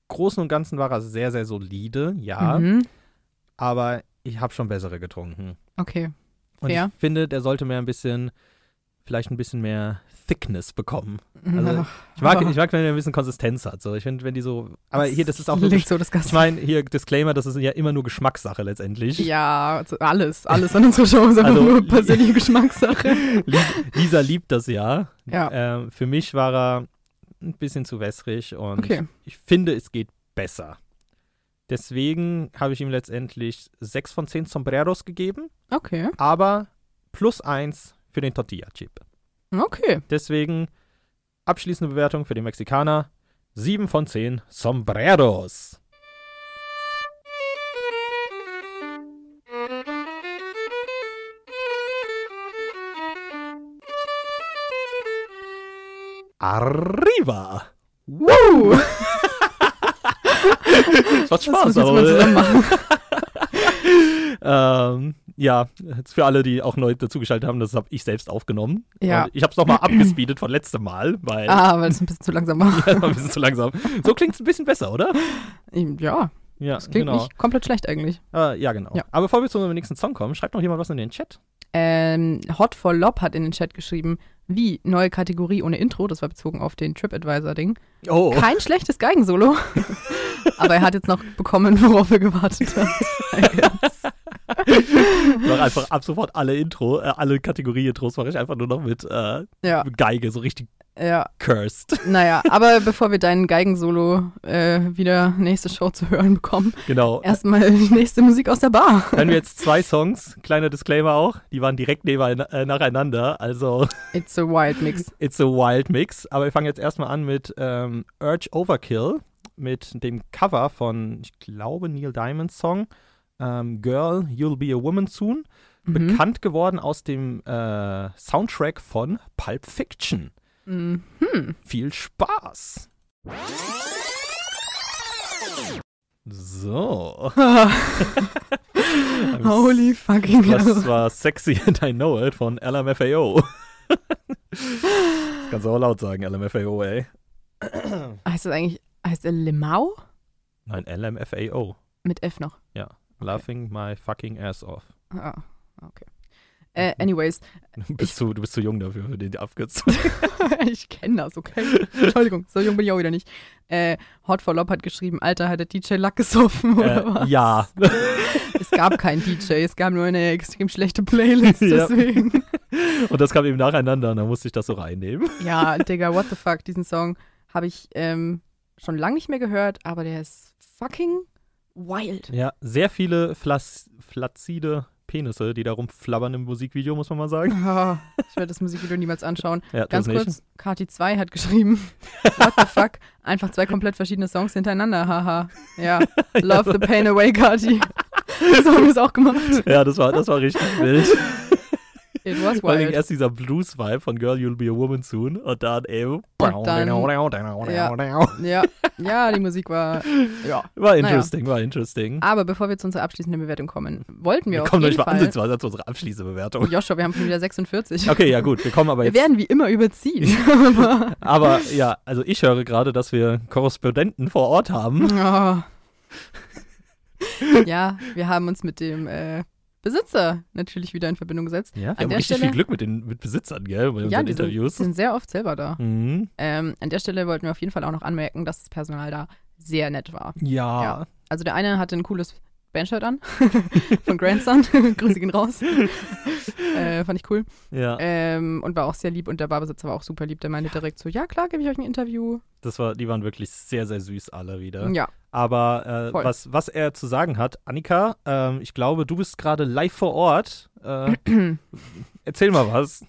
S4: Großen und Ganzen war er sehr, sehr solide, ja.
S1: mhm.
S4: Aber ich habe schon bessere getrunken.
S1: Okay.
S4: Und
S1: Fair.
S4: ich finde, der sollte mehr ein bisschen, vielleicht ein bisschen mehr Thickness bekommen. Also,
S1: Also,
S4: Ich mag,
S1: Aber-
S4: ich mag wenn er ein bisschen Konsistenz hat. So. Ich finde, wenn die so. Aber hier, das ist auch nur.
S1: Klingt
S4: Gesch-
S1: so
S4: Ich
S1: disgusting.
S4: meine, hier Disclaimer, das ist ja immer nur Geschmackssache letztendlich.
S1: Ja, also alles, alles an unserer Show ist einfach
S4: Also-
S1: nur persönliche Geschmackssache.
S4: Lis- Lisa liebt das ja.
S1: Ja.
S4: Ähm, für mich war er ein bisschen zu wässrig und
S1: Okay.
S4: ich finde, es geht besser. Deswegen habe ich ihm letztendlich 6 von 10 Sombreros gegeben,
S1: Okay,
S4: aber plus 1 für den Tortilla-Chip.
S1: okay.
S4: Deswegen abschließende Bewertung für den Mexikaner: 7 von 10 Sombreros. Arriba!
S1: Woo!
S4: Das macht
S1: Das
S4: Spaß,
S1: müssen wir jetzt mal
S4: aber,
S1: zusammen machen.
S4: ähm, ja, jetzt für alle, die auch neu dazugeschaltet haben, das habe ich selbst aufgenommen.
S1: Ja.
S4: Und ich habe es nochmal abgespeedet von letztem Mal, weil
S1: Ah, weil es ein bisschen zu langsam war.
S4: das war ein bisschen zu langsam. So klingt es ein bisschen besser, oder?
S1: Ja,
S4: Ja,
S1: Das klingt
S4: genau.
S1: nicht komplett schlecht eigentlich.
S4: Äh, ja, genau.
S1: Ja.
S4: Aber bevor wir zu unserem nächsten Song kommen, schreibt noch jemand was in den Chat.
S1: Ähm, Hot for Lob hat in den Chat geschrieben, wie neue Kategorie ohne Intro, das war bezogen auf den TripAdvisor-Ding.
S4: Oh.
S1: Kein schlechtes Geigensolo. Aber er hat jetzt noch bekommen, worauf er gewartet hat.
S4: Mach einfach ab sofort alle Intro, äh, alle Kategorie-Intros mache ich einfach nur noch mit äh,
S1: ja,
S4: Geige, so richtig
S1: ja.
S4: cursed.
S1: Naja, aber bevor wir deinen Geigensolo äh, wieder nächste Show zu hören bekommen,
S4: Genau.
S1: erstmal die nächste Musik aus der Bar.
S4: Hören wir jetzt zwei Songs, kleiner Disclaimer auch, die waren direkt nebenein- äh, nacheinander, also
S1: It's a Wild Mix.
S4: it's a wild mix. Aber wir fangen jetzt erstmal an mit ähm, Urge Overkill, mit dem Cover von, ich glaube, Neil Diamonds Song ähm, Girl, You'll Be a Woman Soon.
S1: Mhm.
S4: Bekannt geworden aus dem äh, Soundtrack von Pulp Fiction.
S1: Mhm.
S4: Viel Spaß! So.
S1: Holy fucking
S4: Das
S1: hell.
S4: war Sexy and I Know It von LMFAO. das kannst du auch laut sagen, LMFAO, ey.
S1: Heißt das eigentlich, heißt er Limau?
S4: Nein, LMFAO.
S1: Mit F noch.
S4: Laughing my fucking ass off.
S1: Ah, okay.
S4: Mhm.
S1: Äh, anyways,
S4: Du bist, zu, du bist zu jung dafür, für den Abkürzung.
S1: ich kenne das, okay? Entschuldigung, so jung bin ich auch wieder nicht. Äh, Hot for Lob hat geschrieben, Alter, hat der DJ Lack gesoffen oder
S4: äh,
S1: was?
S4: ja.
S1: Es gab keinen DJ, es gab nur eine extrem schlechte Playlist,
S4: Ja.
S1: deswegen.
S4: Und das kam eben nacheinander und dann musste ich das so reinnehmen.
S1: ja, Digga, what the fuck, diesen Song habe ich ähm, schon lange nicht mehr gehört, aber der ist fucking wild.
S4: Ja, sehr viele Flas flaccide Penisse, die da rumflabbern im Musikvideo, muss man mal sagen.
S1: Ah, ich werde das Musikvideo niemals anschauen.
S4: Ja,
S1: Ganz
S4: das nicht.
S1: kurz, Kati 2 hat geschrieben, what the fuck, einfach zwei komplett verschiedene Songs hintereinander, haha. Ja, love the pain away, Kati. So haben wir es auch gemacht.
S4: Ja, das war, das war richtig wild.
S1: It was
S4: Vor allem
S1: wild.
S4: erst dieser Blues-Vibe von Girl, You'll Be a Woman Soon und dann eben.
S1: Und dann-
S4: War
S1: Ja, ja, die Musik war, ja.
S4: interesting, war interesting.
S1: Aber bevor wir zu unserer abschließenden Bewertung kommen, wollten wir,
S4: Wir
S1: auf
S4: kommen noch
S1: jeden
S4: nicht mal
S1: Fall...
S4: ansatzweise zu unserer abschließenden
S1: Oh,
S4: Bewertung.
S1: Joshua, wir haben schon wieder 46.
S4: Okay, ja gut, wir kommen aber
S1: Wir
S4: jetzt.
S1: werden wie immer überziehen.
S4: Aber ja, also ich höre gerade, dass wir Korrespondenten vor Ort haben.
S1: Oh. Ja, wir haben uns mit dem äh, Besitzer natürlich wieder in Verbindung gesetzt.
S4: Ja, wir
S1: An
S4: haben
S1: der
S4: richtig
S1: Stelle-
S4: viel Glück mit den mit Besitzern, gell, bei
S1: ja,
S4: unseren
S1: die sind, die
S4: Interviews.
S1: sind sehr oft selber da.
S4: mhm.
S1: Ähm, an der Stelle wollten wir auf jeden Fall auch noch anmerken, dass das Personal da sehr nett war.
S4: ja.
S1: Ja. Also der eine hatte ein cooles Bandshirt an von Grandson. Grüße gehen raus. äh, fand ich cool.
S4: Ja,
S1: Ähm, und war auch sehr lieb und der Barbesitzer war auch super lieb. Der meinte direkt so, ja klar, gebe ich euch ein Interview.
S4: das war, die waren wirklich sehr, sehr süß alle wieder.
S1: Ja,
S4: Aber äh,
S1: Voll.
S4: was, was er zu sagen hat, Annika, ähm, ich glaube, du bist gerade live vor Ort. Äh, erzähl mal was.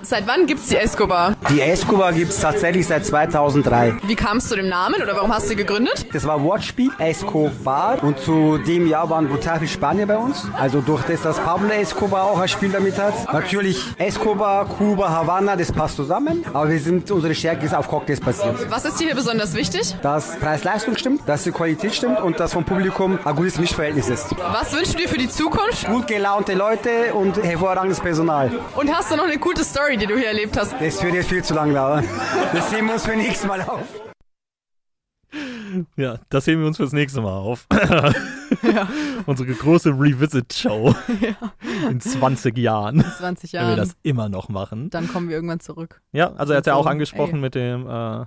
S1: Seit wann gibt's die Escobar?
S3: Die Escobar gibt's tatsächlich seit 2003.
S1: Wie kam es zu dem Namen oder warum hast du gegründet?
S3: Das war Wortspiel Escobar und zu dem Jahr waren brutal viele Spanier bei uns. Also durch das, dass Pablo Escobar auch ein Spiel damit hat. Natürlich Escobar, Kuba, Havanna, das passt zusammen. Aber wir sind, unsere Stärke ist auf Cocktails basiert.
S1: Was ist dir hier besonders wichtig?
S3: Dass Preis-Leistung stimmt, dass die Qualität stimmt und dass vom Publikum ein gutes Mischverhältnis ist.
S1: Was wünschst du dir für die Zukunft?
S3: Gut gelaunte Leute und hervorragendes Personal.
S1: Und hast du noch eine gute Story, die du hier erlebt hast?
S3: Das wird jetzt viel zu lang dauern. Das sehen wir uns für nächstes Mal auf.
S4: Ja, das heben wir uns fürs nächste Mal auf. Unsere große Revisit-Show in 20 Jahren,
S1: 20
S4: wenn wir
S1: Jahren.
S4: das immer noch machen.
S1: Dann kommen wir irgendwann zurück.
S4: Ja, also er hat ja auch angesprochen
S1: Ey.
S4: mit dem äh,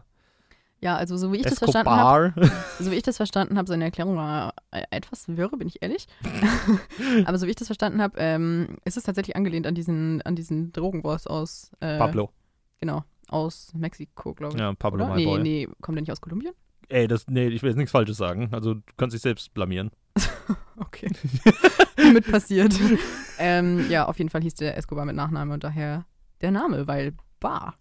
S1: Ja, also so wie ich das verstanden habe,
S4: Escobar.
S1: so wie ich das verstanden habe, seine Erklärung war äh, etwas wirr, bin ich ehrlich. Aber so wie ich das verstanden habe, ähm, ist es tatsächlich angelehnt an diesen, an diesen Drogenboss aus äh,
S4: Pablo.
S1: Genau, aus Mexiko, glaube ich.
S4: Ja, Pablo,
S1: Oder?
S4: my
S1: Nee,
S4: boy.
S1: nee, kommt der nicht aus Kolumbien?
S4: Ey, das, nee, ich will jetzt nichts Falsches sagen. Also du kannst dich selbst blamieren.
S1: Okay. Mit passiert. ähm, ja, auf jeden Fall hieß der Escobar mit Nachname und daher der Name, weil Bar.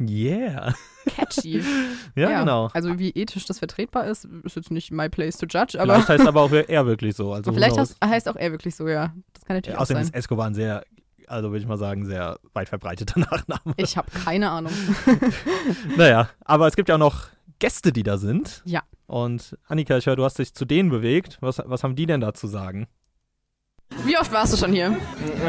S4: Yeah.
S1: Catchy.
S4: Ja, genau.
S1: Also wie ethisch das vertretbar ist, ist jetzt nicht my place to judge, aber
S4: Vielleicht heißt aber auch er wirklich so. Also who
S1: vielleicht
S4: knows?
S1: heißt, heißt auch er wirklich so, ja. Das kann natürlich
S4: Ja,
S1: auch
S4: außerdem
S1: sein.
S4: ist Escobar ein sehr, also würde ich mal sagen, sehr weit verbreiteter Nachname.
S1: Ich habe keine Ahnung.
S4: naja, aber es gibt ja auch noch Gäste, die da sind.
S1: Ja.
S4: Und Annika, ich höre, du hast dich zu denen bewegt. Was, was haben die denn da zu sagen?
S1: Wie oft warst du schon hier?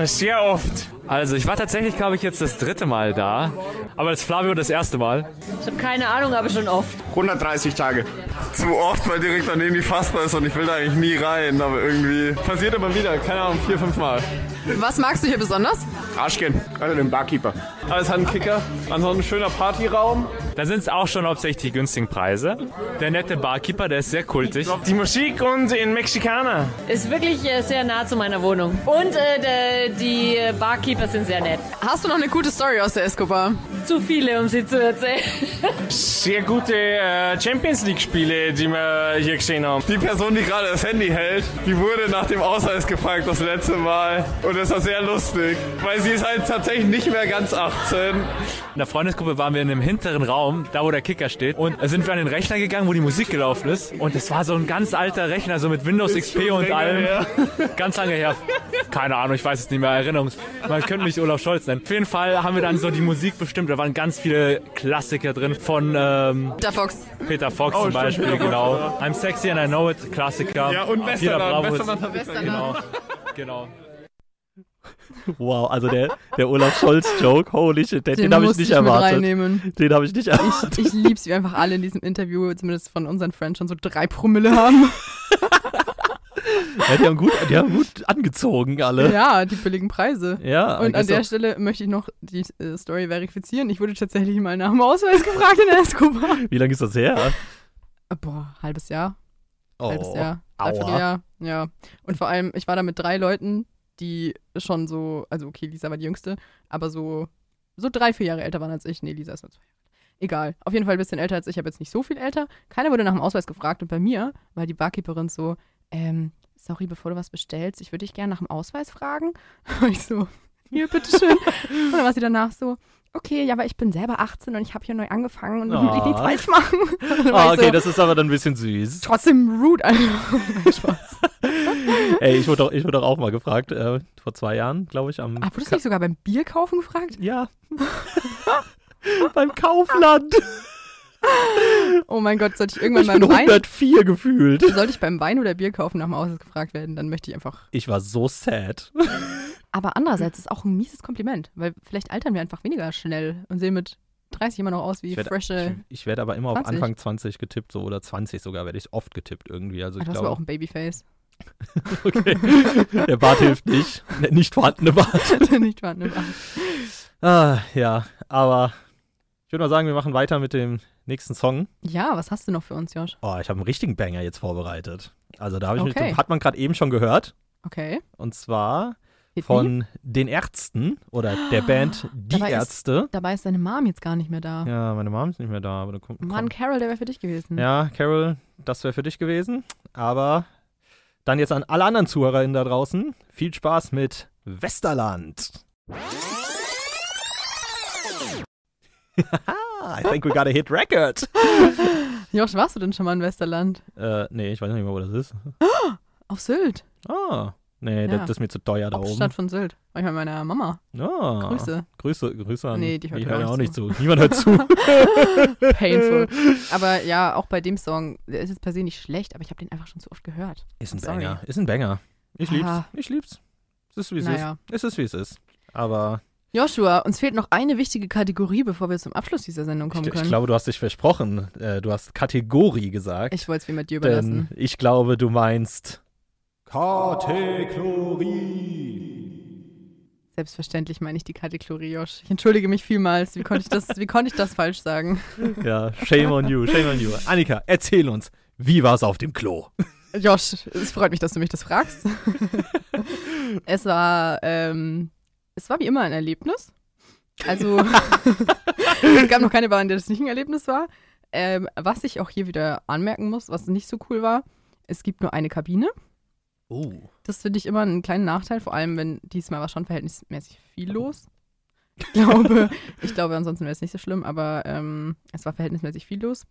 S5: Sehr oft. Also ich war tatsächlich, glaube ich, jetzt das dritte Mal da. Aber das Flavio das erste Mal.
S6: Ich habe keine Ahnung, aber schon oft.
S7: 130 Tage. Zu oft, weil direkt daneben die Fassbar ist und ich will da eigentlich nie rein, aber irgendwie passiert immer wieder, keine Ahnung, vier, fünf Mal.
S1: Was magst du hier besonders?
S7: Arschgen, also den Barkeeper. Alles hat einen Kicker, ansonsten ein schöner Partyraum.
S5: Da sind es auch schon hauptsächlich die günstigen Preise. Der nette Barkeeper, der ist sehr kultig.
S8: Die Musik und in Mexikaner.
S6: Ist wirklich äh, sehr nah zu meiner Wohnung. Und äh, de, die Barkeeper sind sehr nett.
S1: Hast du noch eine gute Story aus der Escobar?
S6: Zu viele, um sie zu erzählen.
S8: Sehr gute äh, Champions League-Spiele, die wir hier gesehen haben.
S7: Die Person, die gerade das Handy hält, die wurde nach dem Ausweis gefragt das letzte Mal. Und das war sehr lustig, weil sie ist halt tatsächlich nicht mehr ganz 18.
S5: In der Freundesgruppe waren wir in einem hinteren Raum, da wo der Kicker steht. Und da sind wir an den Rechner gegangen, wo die Musik gelaufen ist. Und es war so ein ganz alter Rechner, so mit Windows XP und allem. Ganz lange her. Keine Ahnung, ich weiß es nicht mehr. Erinnerungs. Man könnte mich Olaf Scholz nennen. Auf jeden Fall haben wir dann so die Musik bestimmt. Da waren ganz viele Klassiker drin von ähm,
S1: Der Fox.
S5: Peter Fox
S7: Oh,
S5: zum Beispiel, genau. I'm sexy and I know it, Klassiker.
S7: Ja, und
S5: Peter
S7: Westerland,
S5: Bravo,
S7: Westerland hat
S5: genau. genau.
S4: Wow, also der, der Olaf Scholz-Joke, holy shit, den, den habe ich
S1: musste
S4: nicht
S1: mit
S4: erwartet.
S1: reinnehmen.
S4: Den habe ich nicht erwartet.
S1: Ich lieb's, wie einfach alle in diesem Interview, zumindest von unseren Friends, schon so drei Promille haben.
S4: Ja, die, haben gut, die haben gut angezogen, alle.
S1: ja, die billigen Preise.
S4: Ja,
S1: Und an
S4: ist
S1: der
S4: doch-
S1: Stelle möchte ich noch die äh, Story verifizieren. Ich wurde tatsächlich mal nach dem Ausweis gefragt in der Escobar.
S4: wie lange ist das her?
S1: Äh, Boah, halbes Jahr,
S4: Oh,
S1: halbes Jahr,
S4: aua.
S1: dreiviertel Jahr, ja. Und vor allem, ich war da mit drei Leuten, die schon so, also okay, Lisa war die Jüngste, aber so, so drei, vier Jahre älter waren als ich. Nee, Lisa ist nur zwei Jahre. Egal, auf jeden Fall ein bisschen älter als ich, aber jetzt nicht so viel älter. Keiner wurde nach dem Ausweis gefragt und bei mir war die Barkeeperin so, ähm, sorry, bevor du was bestellst, ich würde dich gerne nach dem Ausweis fragen. Und ich so, hier, bitteschön. und dann war sie danach so, okay, ja, aber ich bin selber 18 und ich habe hier neu angefangen und will ich nichts
S4: Ah.
S1: falsch machen. Und dann war
S4: Ah,
S1: ich
S4: okay,
S1: so,
S4: das ist aber dann ein bisschen süß.
S1: trotzdem rude einfach. Spaß.
S4: Ey, ich wurde doch, ich wurde doch auch mal gefragt, äh, vor zwei Jahren, glaube ich, am.
S1: Ah, wurdest du nicht sogar beim Bier kaufen gefragt?
S4: Ja. Beim Kaufland.
S1: Oh mein Gott, sollte ich
S4: Ich
S1: irgendwann
S4: bin
S1: beim Wein,
S4: 104 gefühlt.
S1: sollte ich beim Wein oder Bier kaufen nach dem Ausweis gefragt werden, dann möchte ich einfach.
S4: Ich war so sad.
S1: Aber andererseits ist auch ein mieses Kompliment, weil vielleicht altern wir einfach weniger schnell und sehen mit 30 immer noch aus wie
S4: Ich werde ich,
S1: fresche.
S4: ich werd aber immer auf
S1: 20.
S4: Anfang 20 getippt, so oder 20 sogar werde ich oft getippt irgendwie. Also
S1: Ah,
S4: ich
S1: du hast aber auch
S4: glaube,
S1: ein Babyface.
S4: okay. der Bart hilft nicht. Ne, Nicht vorhandene Bart.
S1: Nicht wahr, ne?
S4: Ah, ja, aber ich würde mal sagen, wir machen weiter mit dem nächsten Song.
S1: Ja, was hast du noch für uns, Josh?
S4: Oh, ich habe einen richtigen Banger jetzt vorbereitet. Also da habe ich
S1: Okay.
S4: mich, hat man gerade eben schon gehört.
S1: Okay.
S4: Und zwar
S1: Hit me. Ah,
S4: von den Ärzten oder der Band Die
S1: Dabei ist-
S4: Ärzte.
S1: Dabei ist deine Mom jetzt gar nicht mehr da.
S4: Ja, meine Mom ist nicht mehr da, aber da kommt.
S1: Ah. Mann, Carol, der wäre für dich gewesen.
S4: Ja, Carol, das wäre für dich gewesen. Aber dann jetzt an alle anderen ZuhörerInnen da draußen. Viel Spaß mit Westerland. I think we got a hit record.
S1: Josh, warst du denn schon mal in Westerland?
S4: äh, nee, ich weiß nicht mehr, wo das ist.
S1: Auf Sylt.
S4: Ah, nee,
S1: Ja.
S4: das, das ist mir zu teuer da oben.
S1: Hauptstadt von Sylt. War ich bei meiner Mama.
S4: Ah,
S1: Grüße.
S4: Grüße, Grüße an.
S1: Nee, die hört
S4: hören
S1: mir
S4: auch
S1: auch
S4: nicht
S1: nicht
S4: zu. Niemand hört zu.
S1: Painful.
S4: Äh.
S1: Aber ja, auch bei dem Song, der ist jetzt per se nicht schlecht, aber ich habe den einfach schon zu oft gehört.
S4: Ist ein
S1: Sorry.
S4: Banger. Ist ein Banger. Ich lieb's.
S1: Ah.
S4: Ich lieb's. Es ist, wie es
S1: Naja.
S4: ist. Es ist, wie es ist. Aber
S1: Joshua, uns fehlt noch eine wichtige Kategorie, bevor wir zum Abschluss dieser Sendung
S4: ich,
S1: kommen
S4: ich
S1: können.
S4: glaube, du hast dich versprochen. Äh, du hast Kategorie gesagt.
S1: ich wollte es wie mit dir
S4: denn
S1: überlassen.
S4: ich glaube, du meinst.
S1: Selbstverständlich meine ich die Kategorie, Josh. Ich entschuldige mich vielmals. Wie konnte ich das, wie konnte ich das falsch sagen?
S4: Ja, shame on you, shame on you. Annika, erzähl uns, wie war's auf dem Klo?
S1: Josh, es freut mich, dass du mich das fragst. es war, ähm, es war wie immer ein Erlebnis. Also, es gab noch keine Bahn, in der das nicht ein Erlebnis war. Ähm, was ich auch hier wieder anmerken muss, was nicht so cool war, es gibt nur eine Kabine.
S4: Oh.
S1: Das finde ich immer einen kleinen Nachteil, vor allem wenn diesmal war schon verhältnismäßig viel los. Ich glaube, ich glaube ansonsten wäre es nicht so schlimm, aber ähm, es war verhältnismäßig viel los.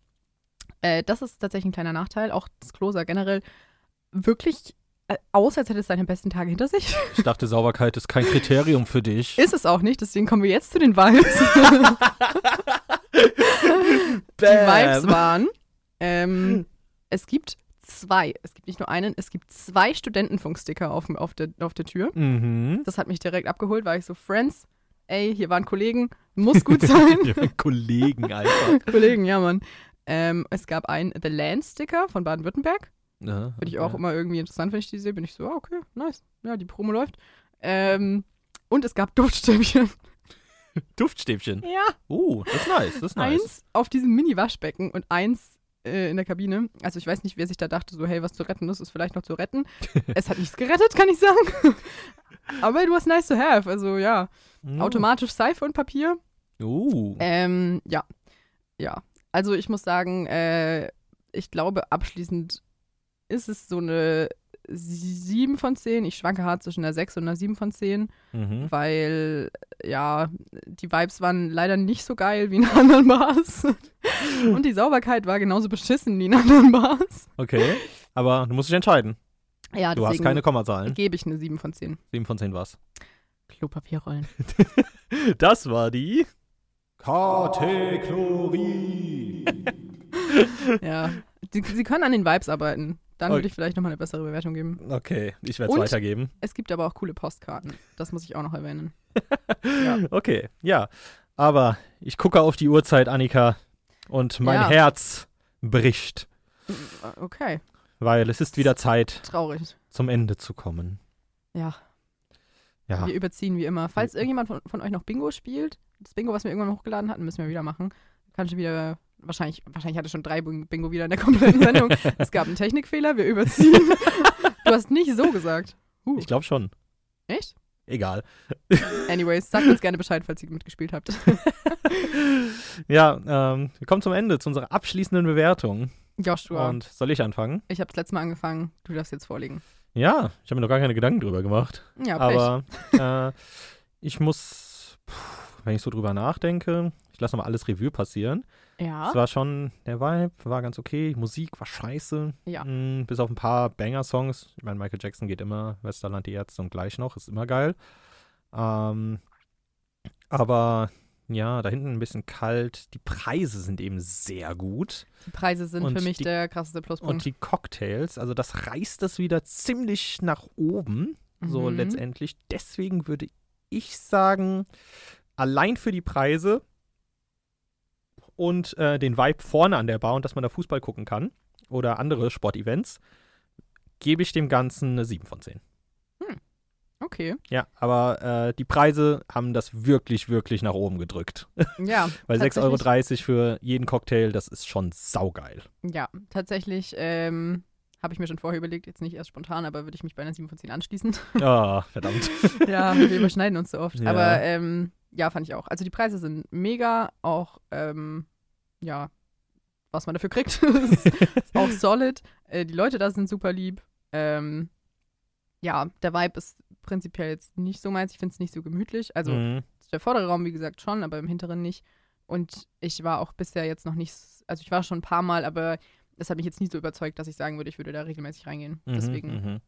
S1: Äh, das ist tatsächlich ein kleiner Nachteil. Auch das Klo sah generell wirklich äh, aus, als hätte es seine besten Tage hinter sich.
S4: Ich dachte, Sauberkeit ist kein Kriterium für dich.
S1: Ist es auch nicht, deswegen kommen wir jetzt zu den Vibes. Die Vibes waren, ähm, es gibt zwei. Es gibt nicht nur einen, es gibt zwei Studentenfunksticker auf, dem- auf, der, auf der Tür.
S4: Mhm.
S1: Das hat mich direkt abgeholt, weil ich so, Friends, ey, hier waren Kollegen, muss gut sein.
S4: Ja, meine Kollegen einfach.
S1: Kollegen, ja, Mann. Ähm, es gab einen The Land-Sticker von Baden-Württemberg.
S4: Ja,
S1: Finde ich auch
S4: Ne? ja.
S1: immer irgendwie interessant, wenn ich die sehe. Bin ich so, ah, okay, nice. Ja, die Promo läuft. Ähm, und es gab Duftstäbchen.
S4: Duftstäbchen.
S1: Ja,
S4: Oh, das ist nice, das ist nice.
S1: eins auf diesem Mini-Waschbecken und eins äh, in der Kabine. Also ich weiß nicht, wer sich da dachte, so, hey, was zu retten ist, ist vielleicht noch zu retten. es hat nichts gerettet, kann ich sagen. Aber it was nice to have. Also ja,
S4: Mhm.
S1: automatisch Seife und Papier.
S4: Oh.
S1: Ähm, ja. Ja. Also ich muss sagen, äh, ich glaube, abschließend ist es so eine 7 von 10. Ich schwanke hart zwischen einer 6 und einer 7 von 10,
S4: Mhm.
S1: weil ja, die Vibes waren leider nicht so geil wie in anderen Bars. und die Sauberkeit war genauso beschissen wie in anderen Bars.
S4: Okay. Aber du musst dich entscheiden.
S1: Ja,
S4: Du hast
S1: deswegen
S4: keine Kommazahlen.
S1: gebe ich eine 7 von 10.
S4: 7 von 10 war's.
S1: Klopapierrollen.
S4: Das war die.
S1: ja. Sie, sie können an den Vibes arbeiten. Dann
S4: Okay.
S1: würde ich vielleicht nochmal eine bessere Bewertung geben.
S4: Okay, ich werde es
S1: Und-
S4: weitergeben.
S1: Es gibt aber auch coole Postkarten. Das muss ich auch noch erwähnen.
S4: Okay, ja. Aber ich gucke auf die Uhrzeit, Annika, und mein
S1: Ja.
S4: Herz bricht,
S1: Okay,
S4: weil es ist wieder Zeit,
S1: traurig.
S4: zum Ende zu kommen.
S1: Ja,
S4: Ja.
S1: wir überziehen wie immer. Falls irgendjemand von, von euch noch Bingo spielt, das Bingo, was wir irgendwann mal hochgeladen hatten, müssen wir wieder machen. Kann schon wieder, wahrscheinlich, wahrscheinlich hatte schon drei Bing- Bingo wieder in der kompletten Sendung. es gab einen Technikfehler, wir überziehen. du hast nicht so gesagt. Uh,
S4: Ich glaube schon.
S1: echt?
S4: Egal.
S1: Anyways, sagt uns gerne Bescheid, falls ihr mitgespielt habt.
S4: ja, ähm, wir kommen zum Ende, zu unserer abschließenden Bewertung.
S1: Joshua,
S4: Und soll ich anfangen?
S1: ich habe das letzte Mal angefangen. Du darfst jetzt vorlegen.
S4: Ja, ich habe mir noch gar keine Gedanken drüber gemacht.
S1: Ja, Pech.
S4: Aber äh, ich muss, puh, wenn ich so drüber nachdenke, ich lasse nochmal alles Revue passieren.
S1: ja,
S4: Es war schon, der Vibe war ganz okay, Musik war scheiße.
S1: Ja.
S4: Mm, bis auf ein paar Banger-Songs. Ich meine, Michael Jackson geht immer, Westerland, die Ärzte und gleich noch, ist immer geil. Ähm, aber ja, da hinten ein bisschen kalt. Die Preise sind eben sehr gut.
S1: die Preise sind
S4: und
S1: für mich
S4: die-
S1: der krasseste
S4: Und
S1: Pluspunkt.
S4: die Cocktails, also das reißt das wieder ziemlich nach oben, so
S1: Mhm.
S4: letztendlich. Deswegen würde ich sagen, allein für die Preise und äh, den Vibe vorne an der Bar und dass man da Fußball gucken kann oder andere Sportevents, gebe ich dem Ganzen eine 7 von 10.
S1: Okay,
S4: Ja, aber äh, die Preise haben das wirklich, wirklich nach oben gedrückt.
S1: ja.
S4: Weil
S1: tatsächlich-
S4: 6,30 Euro für jeden Cocktail, das ist schon saugeil.
S1: Ja, tatsächlich ähm, habe ich mir schon vorher überlegt, jetzt nicht erst spontan, aber würde ich mich bei einer 7 von 10 anschließen.
S4: Ah, verdammt.
S1: ja, wir überschneiden uns so oft.
S4: Ja.
S1: Aber ähm, ja, fand ich auch. Also die Preise sind mega, auch ähm, ja, was man dafür kriegt, ist, ist auch solid. Äh, die Leute da sind super lieb. Ähm, ja, der Vibe ist prinzipiell jetzt nicht so meins. Ich finde es nicht so gemütlich. Also
S4: Mhm.
S1: der vordere Raum, wie gesagt, schon, aber im hinteren nicht. Und ich war auch bisher jetzt noch nicht, s- also ich war schon ein paar Mal, aber das hat mich jetzt nicht so überzeugt, dass ich sagen würde, ich würde da regelmäßig reingehen.
S4: Mhm,
S1: Deswegen,
S4: mhm.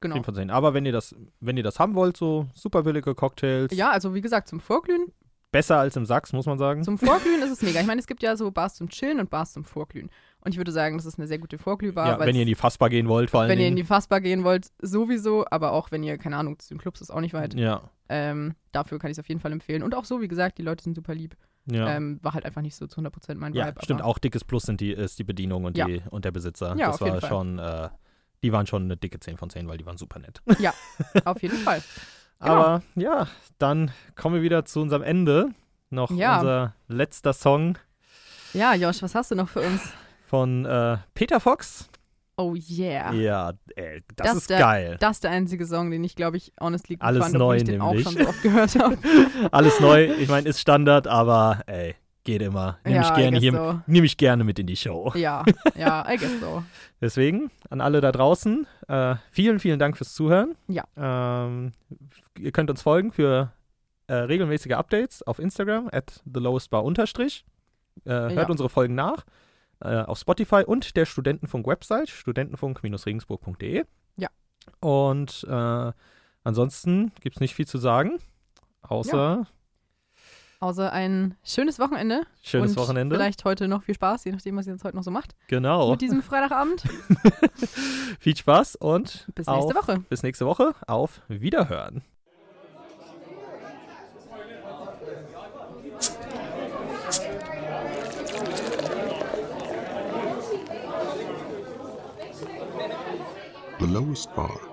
S1: genau.
S4: 10 von 10. Aber wenn ihr das, wenn ihr das haben wollt, so super billige Cocktails,
S1: Ja, also wie gesagt, zum Vorglühen.
S4: besser als im Sachs, muss man sagen.
S1: Zum Vorglühen ist es mega. Ich meine, es gibt ja so Bars zum Chillen und Bars zum Vorglühen. Und ich würde sagen, das ist eine sehr gute Vorglühbar.
S4: ja,
S1: weil
S4: wenn ihr in die Fassbar gehen wollt, vor
S1: es-
S4: allem.
S1: wenn ihr in die Fassbar gehen wollt, sowieso, aber auch wenn ihr, keine Ahnung, zu den Clubs ist auch nicht weit.
S4: ja,
S1: Ähm, dafür kann ich es auf jeden Fall empfehlen. Und auch so, wie gesagt, die Leute sind super lieb.
S4: ja.
S1: Ähm, war halt einfach nicht so zu 100% mein
S4: ja
S1: Vibe.
S4: stimmt.
S1: aber,
S4: Auch dickes Plus sind die, ist die Bedienung und,
S1: Ja.
S4: die, und der Besitzer.
S1: Ja,
S4: das
S1: auf
S4: war
S1: jeden Fall.
S4: schon, äh, die waren schon eine dicke 10 von 10, weil die waren super nett.
S1: Genau. Auf jeden Fall.
S4: Aber ja, dann kommen wir wieder zu unserem Ende. Noch
S1: Ja.
S4: unser letzter Song
S1: Ja, Josh, was hast du noch für uns?
S4: von äh, Peter Fox.
S1: Oh yeah.
S4: Ja, ey, das,
S1: Das
S4: ist
S1: der-
S4: geil.
S1: Das ist der einzige Song, den ich, glaube ich, honestly gut
S4: Alles
S1: fand,
S4: neu
S1: obwohl ich den auch
S4: nämlich.
S1: schon so oft gehört habe.
S4: Alles neu. Ich meine, ist Standard, aber ey, geht immer. Nehme
S1: ja,
S4: ich gerne
S1: I guess
S4: hier
S1: so.
S4: nehme ich gerne mit in die Show.
S1: Ja, ja, I guess so.
S4: Deswegen an alle da draußen, äh, vielen, vielen Dank fürs Zuhören.
S1: Ja.
S4: Ähm, ihr könnt uns folgen für äh, regelmäßige Updates auf Instagram, at thelowestbar unterstrich. Äh, hört
S1: Ja.
S4: unsere Folgen nach äh, auf Spotify und der Studentenfunk-Website, studentenfunk-regensburg.de.
S1: Ja.
S4: Und äh, ansonsten gibt es nicht viel zu sagen, außer
S1: Also ein schönes Wochenende. und
S4: Schönes Wochenende.
S1: Vielleicht heute noch viel Spaß, je nachdem, was ihr jetzt heute noch so macht.
S4: Genau.
S1: Mit diesem Freitagabend.
S4: Viel Spaß und
S1: Bis nächste
S4: auf,
S1: Woche.
S4: Bis nächste Woche. Auf Wiederhören.
S9: The lowest bar.